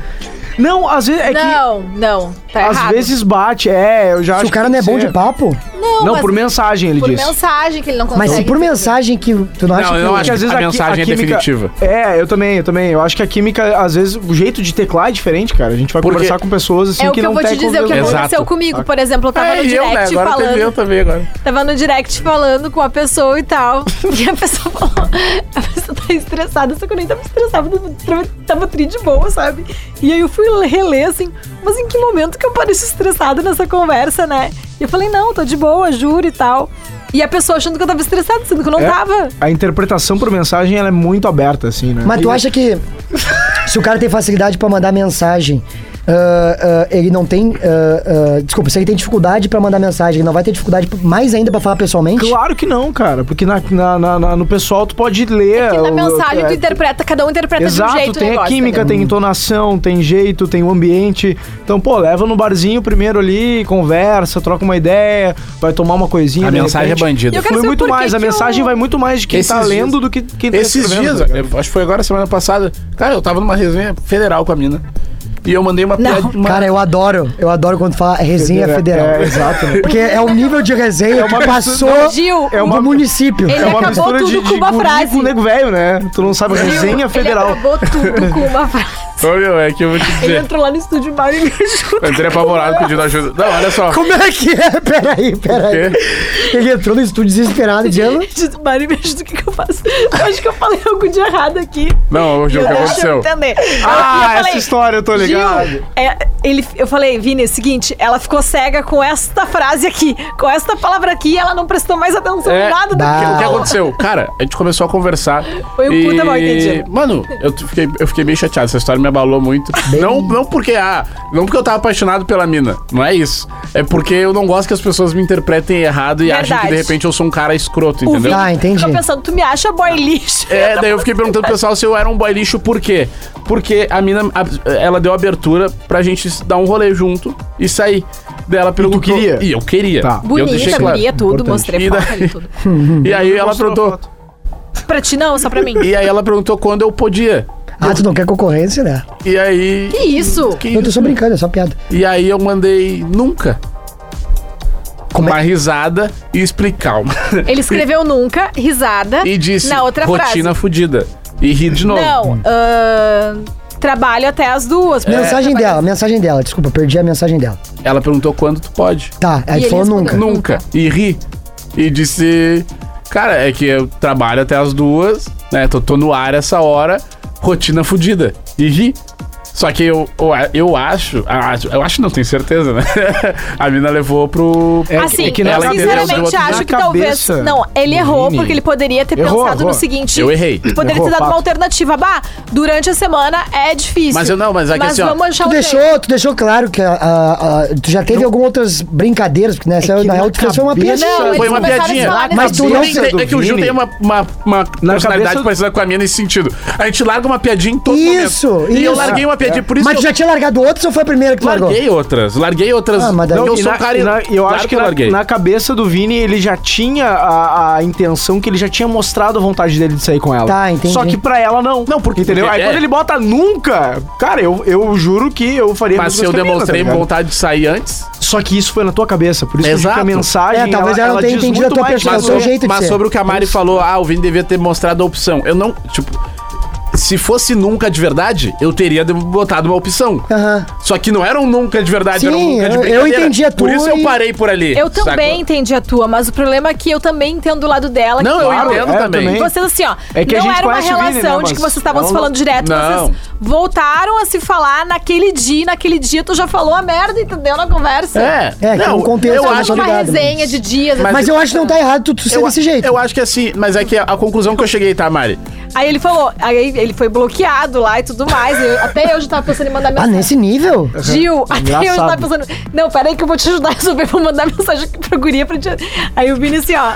Speaker 5: Não, às vezes é que.
Speaker 3: não, não. Tá
Speaker 5: às
Speaker 3: errado.
Speaker 5: vezes bate, é, eu já
Speaker 4: Se
Speaker 5: acho
Speaker 4: o cara
Speaker 5: que
Speaker 4: não é bom
Speaker 5: isso
Speaker 4: de assim. papo,
Speaker 3: Não,
Speaker 5: Não,
Speaker 3: mas
Speaker 5: por mensagem, ele
Speaker 3: por
Speaker 5: disse.
Speaker 3: mensagem que ele não consegue.
Speaker 4: mas se por mensagem que tu não acha
Speaker 2: Não,
Speaker 4: que...
Speaker 2: eu não acho
Speaker 5: Porque às
Speaker 2: que
Speaker 5: vezes
Speaker 2: a
Speaker 5: qui-
Speaker 2: mensagem é
Speaker 5: química-
Speaker 2: definitiva.
Speaker 5: É, eu também, eu também. Eu acho que a química, às vezes, o jeito de teclar é diferente, cara. A gente vai
Speaker 2: Porque-
Speaker 5: conversar com pessoas assim
Speaker 3: É o
Speaker 5: que,
Speaker 3: que, eu
Speaker 5: não
Speaker 3: vou te
Speaker 5: teclam
Speaker 3: dizer, o que
Speaker 5: mesmo.
Speaker 2: Exato.
Speaker 3: aconteceu comigo, por exemplo. Eu tava
Speaker 2: É,
Speaker 3: no
Speaker 2: eu, né?
Speaker 3: direct
Speaker 2: Agora
Speaker 3: falando.
Speaker 2: teve eu também agora.
Speaker 3: Tava no direct falando com a pessoa e tal. E a pessoa falou: a pessoa tá estressada, só que eu nem tava estressada, tava, tava tri de boa, sabe? E aí eu fui reler assim, mas em que momento que eu pareço estressada nessa conversa, né? E eu falei, não, tô de boa, juro e tal. E a pessoa achando que eu tava estressada, sendo que eu não
Speaker 5: É.
Speaker 3: tava.
Speaker 5: A interpretação por mensagem, ela é muito aberta, assim, né?
Speaker 4: Mas tu
Speaker 5: E-
Speaker 4: acha que se o cara tem facilidade pra mandar mensagem, ah, ah, ele não tem... ah, ah, desculpa, se ele tem dificuldade pra mandar mensagem, ele não vai ter dificuldade mais ainda pra falar pessoalmente?
Speaker 5: Claro que não, cara. Porque na, na- na- na- no pessoal tu pode ler.
Speaker 3: E na
Speaker 5: o-
Speaker 3: mensagem
Speaker 5: é,
Speaker 3: tu interpreta, cada um interpreta
Speaker 5: Exato,
Speaker 3: de um jeito o
Speaker 5: tem a
Speaker 3: negócio,
Speaker 5: química,
Speaker 3: entendeu?
Speaker 5: tem entonação, tem jeito, tem o ambiente. Então, pô, leva no barzinho primeiro ali, conversa, troca uma ideia, vai tomar uma coisinha.
Speaker 2: A
Speaker 5: de
Speaker 2: mensagem
Speaker 5: repente.
Speaker 2: é bandida.
Speaker 3: Eu quero
Speaker 5: Flui
Speaker 3: saber
Speaker 5: muito
Speaker 3: por que
Speaker 5: mais, a
Speaker 3: que eu-
Speaker 5: mensagem vai muito mais de quem tá
Speaker 2: Esses
Speaker 5: lendo
Speaker 2: dias-
Speaker 5: do que quem tá
Speaker 2: Esses
Speaker 5: escrevendo,
Speaker 2: dias,
Speaker 5: tá ligado?
Speaker 2: eu acho que foi agora semana passada. Cara, eu tava numa resenha federal com a mina. E eu mandei uma piada. uma-
Speaker 4: Cara, eu adoro. Eu adoro quando fala resenha federal.
Speaker 5: É, exato, né?
Speaker 4: Porque é o nível de resenha que passou
Speaker 3: Gil,
Speaker 5: É uma-
Speaker 4: do município.
Speaker 3: Ele acabou tudo com uma
Speaker 5: guri
Speaker 3: frase.
Speaker 5: com nego velho, né? Tu não sabe,
Speaker 3: Gil,
Speaker 5: resenha federal.
Speaker 3: Ele acabou tudo com uma frase.
Speaker 2: Ô, meu, é que eu vou te
Speaker 3: Ele
Speaker 2: dizer.
Speaker 3: entrou lá no estúdio mal e me ajudou.
Speaker 2: Eu entrei é apavorado pedindo ajuda. Não, olha só.
Speaker 4: Como é que é? Peraí,
Speaker 3: é
Speaker 4: peraí.
Speaker 2: Porque
Speaker 4: Ele entrou no estúdio desesperado, dizendo...
Speaker 3: Diz, Mari, me ajuda, o que, que eu faço? Eu acho que eu falei algo de errado aqui.
Speaker 2: Não, hoje o que
Speaker 3: Deixa eu
Speaker 2: aconteceu?
Speaker 3: entender.
Speaker 5: Ah,
Speaker 3: eu
Speaker 5: essa história eu tô ligado.
Speaker 3: Gil, é, ele, eu falei, Vini, é o seguinte, ela ficou cega com esta frase aqui, com esta palavra aqui, e ela não prestou mais atenção
Speaker 2: É,
Speaker 3: em nada
Speaker 4: dá.
Speaker 3: do
Speaker 2: O
Speaker 3: que
Speaker 2: que
Speaker 3: eu
Speaker 2: aconteceu? Cara, a gente começou a conversar.
Speaker 3: Ah. Foi um
Speaker 2: e...
Speaker 3: puta mal-entendido.
Speaker 2: Mano, eu t- fiquei, eu fiquei bem chateado. Essa história me abalou muito. Não, não porque, ah, não porque eu tava apaixonado pela mina. Não é isso. É porque eu não gosto que as pessoas me interpretem errado e acham que de
Speaker 3: Verdade.
Speaker 2: repente eu sou um cara escroto,
Speaker 3: O
Speaker 2: entendeu?
Speaker 3: Vini
Speaker 4: Ah, entendi.
Speaker 3: ficou pensando, tu me acha boy lixo.
Speaker 2: É, daí eu fiquei perguntando pro pessoal se eu era um boy lixo por quê? Porque a mina, a- ela deu abertura pra gente dar um rolê junto e sair. Daí ela perguntou.
Speaker 5: queria?
Speaker 2: E eu queria.
Speaker 5: Tá.
Speaker 2: E eu deixei
Speaker 3: Bonita,
Speaker 2: claro.
Speaker 3: guria, tudo,
Speaker 5: Importante.
Speaker 2: E
Speaker 3: mostrei foto
Speaker 2: daí-
Speaker 3: ali, tudo.
Speaker 2: E aí ela
Speaker 5: Mostrou
Speaker 2: perguntou.
Speaker 5: foto.
Speaker 3: Pra ti não, só pra mim.
Speaker 2: E aí ela perguntou quando eu podia.
Speaker 4: Ah, tu não quer concorrência, né?
Speaker 2: E aí.
Speaker 3: Que isso?
Speaker 2: Que
Speaker 4: Eu tô só brincando, é só piada.
Speaker 2: E aí eu mandei nunca. Com
Speaker 3: é
Speaker 2: uma risada e explicar.
Speaker 3: Ele escreveu nunca, risada,
Speaker 2: e disse
Speaker 3: na outra
Speaker 2: rotina
Speaker 3: frase.
Speaker 2: fudida. E ri de novo.
Speaker 3: Não, ahn, trabalho até as duas.
Speaker 2: É.
Speaker 4: Mensagem
Speaker 3: Trabalho-
Speaker 4: dela, mensagem dela. Desculpa, perdi a mensagem dela.
Speaker 2: Ela perguntou quando tu pode.
Speaker 4: Tá, aí
Speaker 3: E
Speaker 4: tu
Speaker 3: ele
Speaker 4: falou nunca.
Speaker 3: respondeu.
Speaker 2: Nunca. E ri. E disse. Cara, é que eu trabalho até as duas, né? Tô, tô no ar essa hora, rotina fudida. E ri. Só que eu, eu, eu acho. ah, Eu acho não, tenho certeza, né? A mina levou pro.
Speaker 5: É que-
Speaker 3: assim,
Speaker 5: é que
Speaker 3: eu
Speaker 5: ela entendeu
Speaker 2: do
Speaker 3: sinceramente
Speaker 2: outro-
Speaker 3: acho que
Speaker 5: na
Speaker 3: talvez.
Speaker 5: cabeça.
Speaker 3: Não, ele errou
Speaker 5: Vini.
Speaker 3: porque ele poderia ter
Speaker 5: Errou,
Speaker 3: pensado
Speaker 5: errou.
Speaker 3: no seguinte.
Speaker 2: Eu errei.
Speaker 3: Poderia
Speaker 5: Errou,
Speaker 3: ter dado
Speaker 5: fato.
Speaker 3: uma alternativa. Bah, durante a semana é difícil.
Speaker 2: Mas eu não, mas é que assim, ó,
Speaker 3: vamos achar
Speaker 4: Tu
Speaker 3: um jeito.
Speaker 4: deixou, tu deixou claro que a, a- a- tu já teve algumas outras brincadeiras,
Speaker 2: É
Speaker 4: porque né, essa-
Speaker 5: que
Speaker 4: na
Speaker 5: na
Speaker 4: real tu fez uma
Speaker 5: cabeça-
Speaker 4: piada.
Speaker 3: Não,
Speaker 2: Foi
Speaker 3: eles
Speaker 2: uma
Speaker 3: começaram a
Speaker 2: piadinha.
Speaker 3: falar
Speaker 4: Mas
Speaker 3: nesse
Speaker 4: tu
Speaker 2: Eu
Speaker 4: não-
Speaker 3: jeito.
Speaker 2: nem sei- é que o Gil tem uma, uma, uma personalidade
Speaker 5: cabeça-
Speaker 2: parecida com a minha nesse sentido. A gente larga uma piadinha em todo
Speaker 4: Isso,
Speaker 2: momento. E eu
Speaker 4: isso.
Speaker 2: larguei uma
Speaker 5: É.
Speaker 2: piadinha, por isso
Speaker 4: Mas tu
Speaker 2: que
Speaker 4: já tinha largado outras ou foi a primeira que tu
Speaker 2: eu
Speaker 4: largou?
Speaker 2: larguei outras. Larguei outras.
Speaker 4: Ah, mas daí-
Speaker 2: eu
Speaker 5: e
Speaker 2: sou
Speaker 5: na-
Speaker 2: um cara.
Speaker 5: e na- eu
Speaker 2: claro
Speaker 5: acho que,
Speaker 2: eu
Speaker 5: na-
Speaker 2: larguei.
Speaker 5: na, cabeça do Vini ele já tinha a, a intenção que ele já tinha mostrado a vontade dele de sair com ela.
Speaker 4: Tá, entendi.
Speaker 5: Só que pra ela não.
Speaker 2: Não, porque-
Speaker 5: Entendeu? Aí
Speaker 2: é.
Speaker 5: quando ele bota nunca, cara, eu, eu juro que eu faria. a
Speaker 2: Mas
Speaker 5: mesma
Speaker 2: se eu
Speaker 5: coisa que a mina,
Speaker 2: demonstrei
Speaker 5: tá ligado?
Speaker 2: vontade de sair antes.
Speaker 5: Só que isso foi na tua cabeça, por isso que eu
Speaker 2: Exato.
Speaker 5: digo que a mensagem.
Speaker 4: É, talvez ela não tenha
Speaker 5: diz
Speaker 4: entendido
Speaker 5: muito
Speaker 4: a tua
Speaker 5: mais
Speaker 4: percepção.
Speaker 5: sobre-
Speaker 4: é o jeito de
Speaker 2: mas
Speaker 4: ser.
Speaker 2: sobre o que a Mari falou, ah, o Vini devia ter mostrado a opção. Eu não. Tipo. Se fosse nunca de verdade, eu teria de- botado uma opção.
Speaker 4: Aham.
Speaker 2: Só que não era um nunca de verdade,
Speaker 4: Ah. Sim,
Speaker 2: era um nunca de
Speaker 4: eu- eu
Speaker 2: brincadeira.
Speaker 4: entendi a
Speaker 2: Por
Speaker 4: tua
Speaker 2: isso
Speaker 4: e-
Speaker 2: eu parei por ali.
Speaker 3: Eu
Speaker 2: sacou?
Speaker 3: também entendi a tua, mas o problema é que eu também entendo o lado dela.
Speaker 2: Não,
Speaker 3: que
Speaker 2: eu
Speaker 5: Claro,
Speaker 2: entendo
Speaker 5: é,
Speaker 2: também.
Speaker 5: também.
Speaker 3: Vocês assim, ó,
Speaker 5: É que a
Speaker 3: não
Speaker 5: gente
Speaker 3: era uma
Speaker 5: conhece o
Speaker 3: relação
Speaker 5: Vini, né,
Speaker 3: de
Speaker 5: mas
Speaker 3: que vocês estavam
Speaker 5: ela
Speaker 3: se
Speaker 5: não-
Speaker 3: falando direto,
Speaker 2: Não.
Speaker 3: vocês voltaram a se falar naquele dia, e naquele dia tu já falou a merda, entendeu? Na conversa.
Speaker 2: É,
Speaker 4: É, que é um contexto,
Speaker 2: eu
Speaker 4: né,
Speaker 2: acho
Speaker 3: Uma
Speaker 4: sobre-
Speaker 2: que
Speaker 4: ligado,
Speaker 3: resenha
Speaker 4: mas-
Speaker 3: de dias.
Speaker 2: Mas
Speaker 4: Mas eu acho que não tá errado tu, tu ser
Speaker 2: eu,
Speaker 4: desse jeito.
Speaker 2: eu acho que assim, mas é que a, a conclusão que eu cheguei, tá, Mari?
Speaker 3: Aí ele falou, aí ele foi bloqueado lá e tudo mais. Eu- até eu já tava pensando em mandar
Speaker 4: Ah,
Speaker 3: mensagem.
Speaker 4: nesse nível?
Speaker 3: Gil, até eu já tava
Speaker 5: Engraçado.
Speaker 3: pensando. Não, peraí que eu vou te ajudar a resolver. Vou mandar mensagem pra guria pra te. Aí o Vini assim, ó.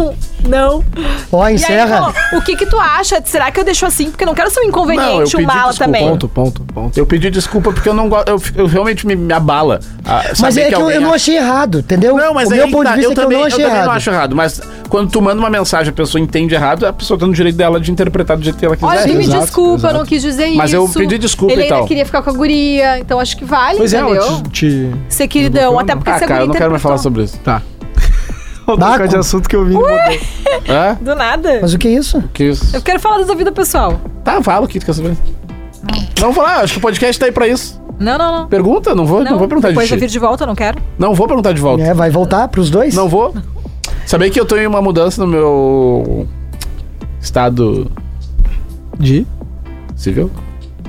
Speaker 3: Não, Não.
Speaker 4: Ó,
Speaker 3: E aí,
Speaker 4: encerra.
Speaker 3: falou, o que que tu acha? Será que eu deixo assim? Porque eu não quero ser um
Speaker 2: Não, eu
Speaker 3: inconveniente, um
Speaker 2: pedi
Speaker 3: mala
Speaker 2: desculpa,
Speaker 3: também.
Speaker 5: Ponto, ponto, ponto.
Speaker 2: Eu pedi desculpa porque eu não gosto. Eu, eu realmente me, me abala. ah,
Speaker 4: Mas
Speaker 2: saber
Speaker 4: é que eu,
Speaker 2: alguém
Speaker 4: eu não
Speaker 2: acha-
Speaker 4: achei errado, entendeu?
Speaker 2: Não, mas
Speaker 4: o
Speaker 2: aí
Speaker 4: meu
Speaker 2: que
Speaker 4: ponto
Speaker 2: tá,
Speaker 4: de vista
Speaker 2: eu
Speaker 4: é que
Speaker 2: também,
Speaker 4: eu não achei
Speaker 2: eu também
Speaker 4: errado.
Speaker 2: não acho errado, mas quando tu manda uma mensagem, a pessoa entende errado, a pessoa tá no direito dela de interpretar do jeito que ela quiser.
Speaker 3: Olha, tu me
Speaker 5: exato,
Speaker 3: desculpa, eu
Speaker 5: exato.
Speaker 3: não quis dizer
Speaker 2: Mas
Speaker 3: isso.
Speaker 2: eu pedi desculpa então.
Speaker 3: Ele
Speaker 2: e tal.
Speaker 3: ainda queria ficar com a guria, então acho que vale,
Speaker 5: Pois é,
Speaker 3: entendeu?
Speaker 5: eu te. te...
Speaker 3: Ser queridão, até porque
Speaker 2: Ah,
Speaker 3: se a
Speaker 2: cara, eu
Speaker 3: guria
Speaker 2: não quero mais falar sobre
Speaker 3: interpretou-
Speaker 2: isso.
Speaker 5: Tá. Vou trocar de
Speaker 4: com-
Speaker 5: assunto que eu vim.
Speaker 2: Hã?
Speaker 3: Do nada.
Speaker 4: Mas o que é isso?
Speaker 2: Que isso?
Speaker 3: Eu quero falar da sua vida pessoal.
Speaker 2: Tá, fala o que tu quer saber. Não vou falar, acho que o podcast tá aí pra isso.
Speaker 3: Não, não, não.
Speaker 2: Pergunta, não vou, não, vou perguntar de
Speaker 3: Depois eu
Speaker 2: ti.
Speaker 3: vir de volta, eu não quero.
Speaker 2: Não vou perguntar de volta.
Speaker 4: É, vai voltar pros dois?
Speaker 2: Não vou. Saber que eu tenho uma mudança no meu estado
Speaker 5: De?
Speaker 2: civil?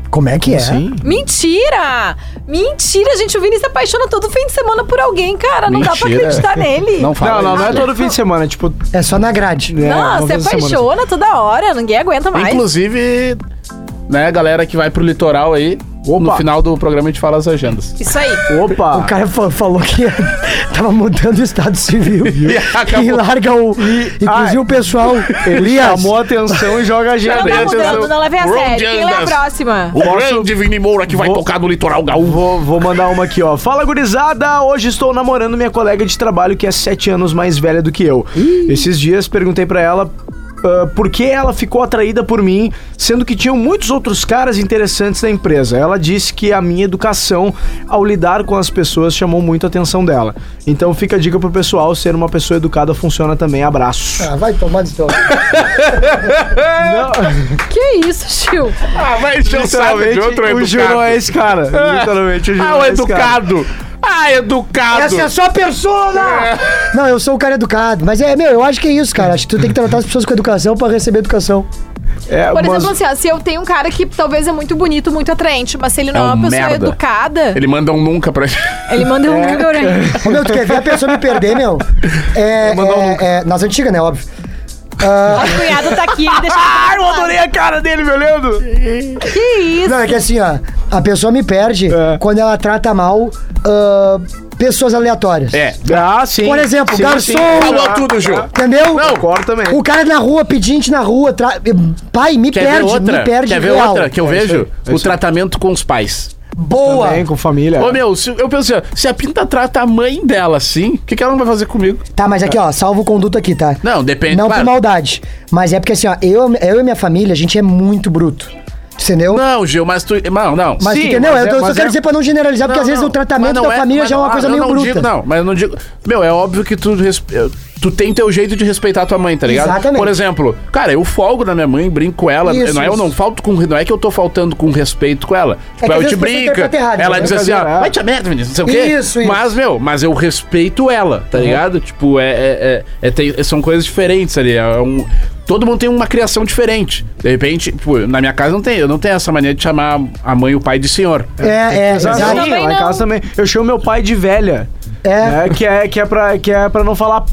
Speaker 4: Como é que é?
Speaker 5: Sim.
Speaker 3: Mentira! Mentira, gente. O Vini se apaixona todo fim de semana por alguém, cara. Não dá pra
Speaker 2: Mentira.
Speaker 3: acreditar nele.
Speaker 2: Não
Speaker 5: Não,
Speaker 2: fala.
Speaker 5: não, não é
Speaker 2: isso.
Speaker 5: todo fim de semana, é tipo.
Speaker 4: É só na grade.
Speaker 5: é,
Speaker 3: Não,
Speaker 5: uma
Speaker 3: se
Speaker 5: vez na semana,
Speaker 3: apaixona toda hora, ninguém aguenta mais.
Speaker 2: Inclusive, né, galera que vai pro litoral aí, no final do programa a gente fala as agendas.
Speaker 3: Isso aí.
Speaker 5: assim. Opa!
Speaker 4: O cara fa- falou que tava mudando o estado civil.
Speaker 2: E
Speaker 4: E
Speaker 2: acabou.
Speaker 4: larga o. Inclusive
Speaker 5: Ah,
Speaker 4: o pessoal. Elias.
Speaker 5: Chamou a atenção e joga a
Speaker 3: Não
Speaker 5: agenda.
Speaker 2: Cadê
Speaker 3: tá
Speaker 2: a
Speaker 3: mudando,
Speaker 2: atenção?
Speaker 3: não levem a sério.
Speaker 2: Round
Speaker 3: Quem lê a
Speaker 2: Andas.
Speaker 3: próxima?
Speaker 2: O grande Vini Moura que vai
Speaker 5: Vou-
Speaker 2: tocar no litoral gaúcho.
Speaker 5: Vou, vou mandar uma aqui, ó. Fala, gurizada! Hoje estou namorando minha colega de trabalho que é sete anos mais velha do que eu. Esses dias perguntei pra ela ah, por que ela ficou atraída por mim, sendo que tinham muitos outros caras interessantes na empresa. Ela disse que a minha educação ao lidar com as pessoas chamou muito a atenção dela. Então fica a dica pro pessoal, ser uma pessoa educada funciona também. Abraço.
Speaker 4: Ah, vai tomar de seu.
Speaker 3: Que é isso, Chiu?
Speaker 2: Ah, vai encher o saco de outro
Speaker 5: o Jurô é esse cara. Literalmente, o Jurô
Speaker 2: Ah, o
Speaker 5: é esse cara.
Speaker 2: educado. Ah, educado.
Speaker 4: Essa é a sua persona! Não, eu sou um cara educado. Mas é, meu, eu acho que é isso, cara. Acho que tu tem que tratar as pessoas com educação pra receber educação.
Speaker 5: É,
Speaker 3: Por
Speaker 5: mas-
Speaker 3: exemplo, assim, ó, se eu tenho um cara que talvez é muito bonito, muito atraente, mas se ele não
Speaker 2: É
Speaker 3: é,
Speaker 2: um
Speaker 3: uma pessoa
Speaker 2: merda. É.
Speaker 3: educada, ele,
Speaker 2: Ele manda um nunca pra gente.
Speaker 3: manda um ignorante.
Speaker 4: Ô, meu, tu quer ver a pessoa me perder, meu? É, é, é, nas antigas, né? Óbvio. Ah,
Speaker 3: A cunhada tá aqui, deixa eu
Speaker 5: Eu adorei a cara dele me olhando.
Speaker 3: Que isso?
Speaker 4: não, é que assim, ó. A pessoa me perde
Speaker 5: É.
Speaker 4: quando ela trata mal ah, pessoas aleatórias.
Speaker 2: É.
Speaker 5: Ah, sim.
Speaker 4: Por exemplo,
Speaker 5: Sim,
Speaker 4: garçom.
Speaker 5: sim.
Speaker 2: Falou tudo, Ju.
Speaker 4: Entendeu?
Speaker 5: Não, concordo também.
Speaker 4: O cara na rua, pedinte na rua, tra- pai, me
Speaker 2: Quer ver
Speaker 4: perde,
Speaker 2: outra?
Speaker 4: me perde
Speaker 2: Quer ver
Speaker 4: real.
Speaker 2: outra que eu
Speaker 5: É isso
Speaker 2: vejo?
Speaker 5: aí, é
Speaker 2: o
Speaker 5: isso aí.
Speaker 2: tratamento com os pais.
Speaker 4: Boa!
Speaker 5: Também, com
Speaker 4: É.
Speaker 5: família.
Speaker 2: Ô, meu, se, eu penso assim, ó, se a Pinta trata a mãe dela assim, o que, que ela não vai fazer comigo?
Speaker 4: Tá, mas aqui, ó, salvo o conduto aqui, tá?
Speaker 2: Não, depende,
Speaker 4: Não
Speaker 2: claro.
Speaker 4: por maldade. Mas é porque assim, ó, eu, eu e minha família, a gente é muito bruto. Entendeu?
Speaker 2: Não, Gil, mas tu. Não, não.
Speaker 4: mas
Speaker 5: sim,
Speaker 4: entendeu?
Speaker 5: mas
Speaker 4: eu
Speaker 5: é-
Speaker 4: tô- só
Speaker 5: mas
Speaker 4: quero
Speaker 5: é-
Speaker 4: dizer pra não generalizar, porque às vezes o tratamento da família já é uma coisa meio
Speaker 2: não
Speaker 4: bruta.
Speaker 2: Digo, não, mas eu não digo. Meu, é óbvio que tu, res- eh, tu tem teu jeito de respeitar tua mãe, tá ligado?
Speaker 4: Exatamente.
Speaker 2: Por exemplo, cara, eu folgo na minha mãe, brinco com ela.
Speaker 4: Isso,
Speaker 2: não, é, eu
Speaker 4: isso. É
Speaker 2: não falto com. Não é que eu tô faltando com respeito com ela.
Speaker 4: que
Speaker 2: Tipo,
Speaker 4: às
Speaker 2: ela te
Speaker 4: vezes você
Speaker 2: brinca.
Speaker 4: interpreta errado,
Speaker 2: ela
Speaker 4: né?
Speaker 2: diz assim,
Speaker 5: Fazer-
Speaker 2: ó,
Speaker 5: é.
Speaker 2: vai te a merda, menino, não sei o quê.
Speaker 4: Isso, Uhum. isso.
Speaker 2: Mas, meu, mas eu respeito ela, tá ligado? Tipo, é, é- é- é- tem- são coisas diferentes ali. É um- todo mundo tem uma criação diferente. De repente, tipo, na minha casa não tem, eu não tenho essa mania de chamar a mãe e o pai de senhor.
Speaker 4: É, é,
Speaker 5: Exato.
Speaker 4: exato.
Speaker 5: Sim, lá em
Speaker 3: não.
Speaker 5: casa também. Eu chamo meu pai de velha.
Speaker 4: É.
Speaker 5: né, que, é, que, é pra, que é pra não falar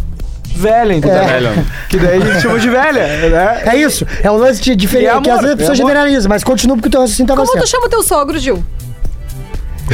Speaker 5: velha, entendeu?
Speaker 4: É.
Speaker 2: Velho.
Speaker 5: Que daí a gente chama de velha, né?
Speaker 4: É isso. É um lance de
Speaker 5: E é
Speaker 4: diferente.
Speaker 5: amor,
Speaker 4: Que às vezes
Speaker 5: é
Speaker 4: a pessoa
Speaker 5: amor.
Speaker 4: generaliza, mas continua porque o teu raciocínio tava
Speaker 3: Como tu
Speaker 4: certo.
Speaker 3: chama o teu sogro, Gil?